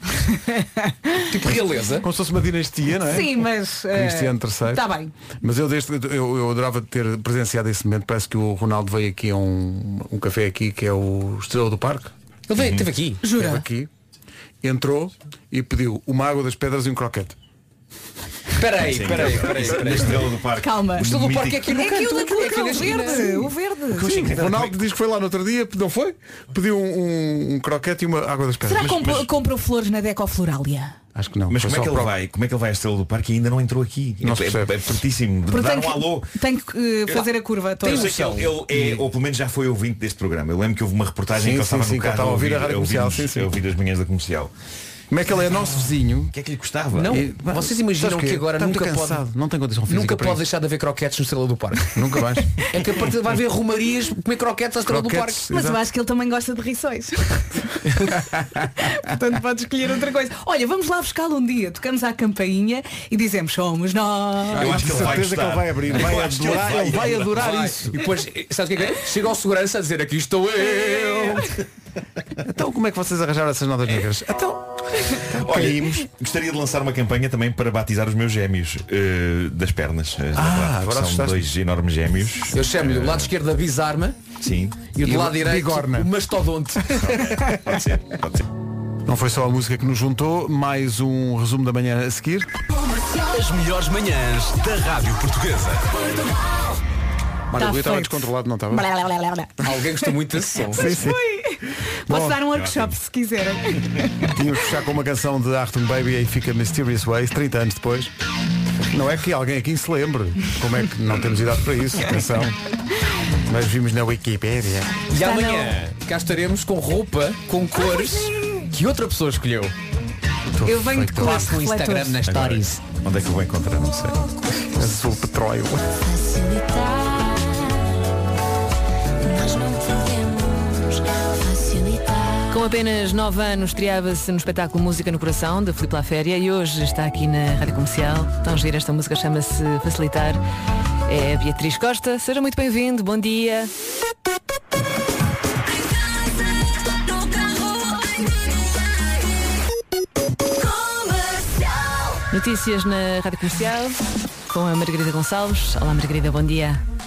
[SPEAKER 1] Uhum.
[SPEAKER 7] tipo realeza.
[SPEAKER 1] Como se fosse uma dinastia, não é?
[SPEAKER 3] Sim, mas. eh,
[SPEAKER 1] Cristiano III.
[SPEAKER 3] Está bem.
[SPEAKER 1] Mas eu, desde, eu, eu adorava ter presenciado esse momento. Parece que o Ronaldo veio aqui a um, um café aqui que é o Estrela do Parque.
[SPEAKER 7] Ele veio- esteve aqui? Jura?
[SPEAKER 1] Esteve aqui. Entrou e pediu uma água das pedras e um croquete.
[SPEAKER 7] Peraí,
[SPEAKER 1] Sim,
[SPEAKER 7] peraí,
[SPEAKER 1] então,
[SPEAKER 7] peraí,
[SPEAKER 1] isso é
[SPEAKER 7] peraí.
[SPEAKER 1] na Estrela do
[SPEAKER 5] Parque.
[SPEAKER 3] Calma.
[SPEAKER 1] O Estrela do Parque é aqui no
[SPEAKER 3] É aquilo,
[SPEAKER 1] canto,
[SPEAKER 3] aquilo,
[SPEAKER 1] é aqui
[SPEAKER 3] aquilo,
[SPEAKER 1] na
[SPEAKER 3] o
[SPEAKER 1] esquina.
[SPEAKER 3] verde, o verde.
[SPEAKER 1] Sim, o Ronaldo diz que foi lá no outro dia, não foi? Pediu um, um- um croquete e uma água das pedras.
[SPEAKER 3] Será que compro- comprou flores na Deco Floralia?
[SPEAKER 1] Acho que não.
[SPEAKER 5] Mas
[SPEAKER 1] foi
[SPEAKER 5] como
[SPEAKER 1] só
[SPEAKER 5] é que, ele
[SPEAKER 1] pro-
[SPEAKER 5] vai, como é que ele vai à Estrela do Parque e ainda não entrou aqui?
[SPEAKER 1] Não se
[SPEAKER 5] é,
[SPEAKER 1] percebe.
[SPEAKER 5] é, é fortíssimo. De dar
[SPEAKER 3] tenho
[SPEAKER 5] um
[SPEAKER 3] que,
[SPEAKER 5] alô.
[SPEAKER 3] tenho que, eh, fazer a curva toda.
[SPEAKER 5] Eu sei que ele, ele é, ou pelo menos já foi ouvinte deste programa. Eu lembro que houve uma reportagem
[SPEAKER 1] Sim,
[SPEAKER 5] que eu
[SPEAKER 1] sim,
[SPEAKER 5] estava
[SPEAKER 1] sim, que
[SPEAKER 5] no
[SPEAKER 1] eu
[SPEAKER 5] carro
[SPEAKER 1] estava a ouvir a rádio
[SPEAKER 5] eu
[SPEAKER 1] comercial,
[SPEAKER 5] ouvir-
[SPEAKER 1] sim, sim.
[SPEAKER 5] eu ouvir as manhãs da comercial.
[SPEAKER 1] Como é que ele é nosso vizinho? O
[SPEAKER 5] que é que lhe custava?
[SPEAKER 7] Não, vocês imaginam que agora nunca pode,
[SPEAKER 1] Não tem condição Tá física
[SPEAKER 7] nunca
[SPEAKER 1] para
[SPEAKER 7] pode
[SPEAKER 1] isso.
[SPEAKER 7] deixar de haver croquetes no Estrela do Parque.
[SPEAKER 1] Nunca mais.
[SPEAKER 7] É que a partir vai haver romarias comer croquetes à Estrela do Parque.
[SPEAKER 1] Croquetes,
[SPEAKER 3] Mas eu acho que ele também gosta de
[SPEAKER 5] [laughs]
[SPEAKER 3] rissóis. Portanto, pode escolher outra coisa. Olha, vamos lá buscá-lo um dia. Tocamos à campainha e dizemos somos nós.
[SPEAKER 1] Eu acho que ele vai certeza que ele vai abrir, vai adorar, ele vai adorar isso.
[SPEAKER 7] E depois, sabes o que é que é? Chega ao segurança a dizer aqui estou eu.
[SPEAKER 1] Então como é que vocês arranjaram essas notas negras? Então,
[SPEAKER 5] Olha, e gostaria de lançar uma campanha também para batizar os meus gêmeos eh, das pernas. Eh,
[SPEAKER 7] Ah,
[SPEAKER 5] porque
[SPEAKER 7] agora
[SPEAKER 5] São
[SPEAKER 7] assustaste-me.
[SPEAKER 5] dois enormes gêmeos.
[SPEAKER 7] Eu chamo-lhe do lado esquerdo a bizarma
[SPEAKER 5] Sim.
[SPEAKER 7] e o do
[SPEAKER 5] o
[SPEAKER 7] lado direito
[SPEAKER 5] bigorna.
[SPEAKER 7] o
[SPEAKER 1] [laughs]
[SPEAKER 7] mastodonte.
[SPEAKER 1] não foi só a música que nos juntou, mais um resumo da manhã a seguir.
[SPEAKER 16] As melhores manhãs da Rádio Portuguesa.
[SPEAKER 1] Olha,
[SPEAKER 3] Tá
[SPEAKER 1] eu estava
[SPEAKER 3] feito.
[SPEAKER 1] descontrolado, não estava?
[SPEAKER 3] Blá, blá, blá, blá, blá.
[SPEAKER 7] Alguém gostou muito desse som.
[SPEAKER 1] Sim,
[SPEAKER 3] Mas
[SPEAKER 1] sim.
[SPEAKER 3] foi. Posso
[SPEAKER 1] Bom,
[SPEAKER 3] dar um workshop se quiserem.
[SPEAKER 1] Tínhamos que fechar com uma canção de Arthur Baby e aí fica Mysterious Ways, 30 anos depois. Não é que alguém aqui se lembre. Como é que não temos idade para isso? Atenção. Nós vimos na Wikipédia.
[SPEAKER 7] E amanhã cá estaremos com roupa com cores que outra pessoa escolheu.
[SPEAKER 3] Eu venho de cores
[SPEAKER 7] Passe no Instagram
[SPEAKER 3] refletores.
[SPEAKER 7] nas stories.
[SPEAKER 5] Onde é que eu vou encontrar? Não sei.
[SPEAKER 1] Azul petróleo.
[SPEAKER 17] Com apenas 9 anos estreava-se no espetáculo Música no Coração, da Filipe La Féria, e hoje está aqui na Rádio Comercial. Tão gira esta música, chama-se Facilitar. É a Beatriz Costa. Seja muito bem-vindo, bom dia. Notícias na Rádio Comercial, com a Margarida Gonçalves. Olá, Margarida, bom dia.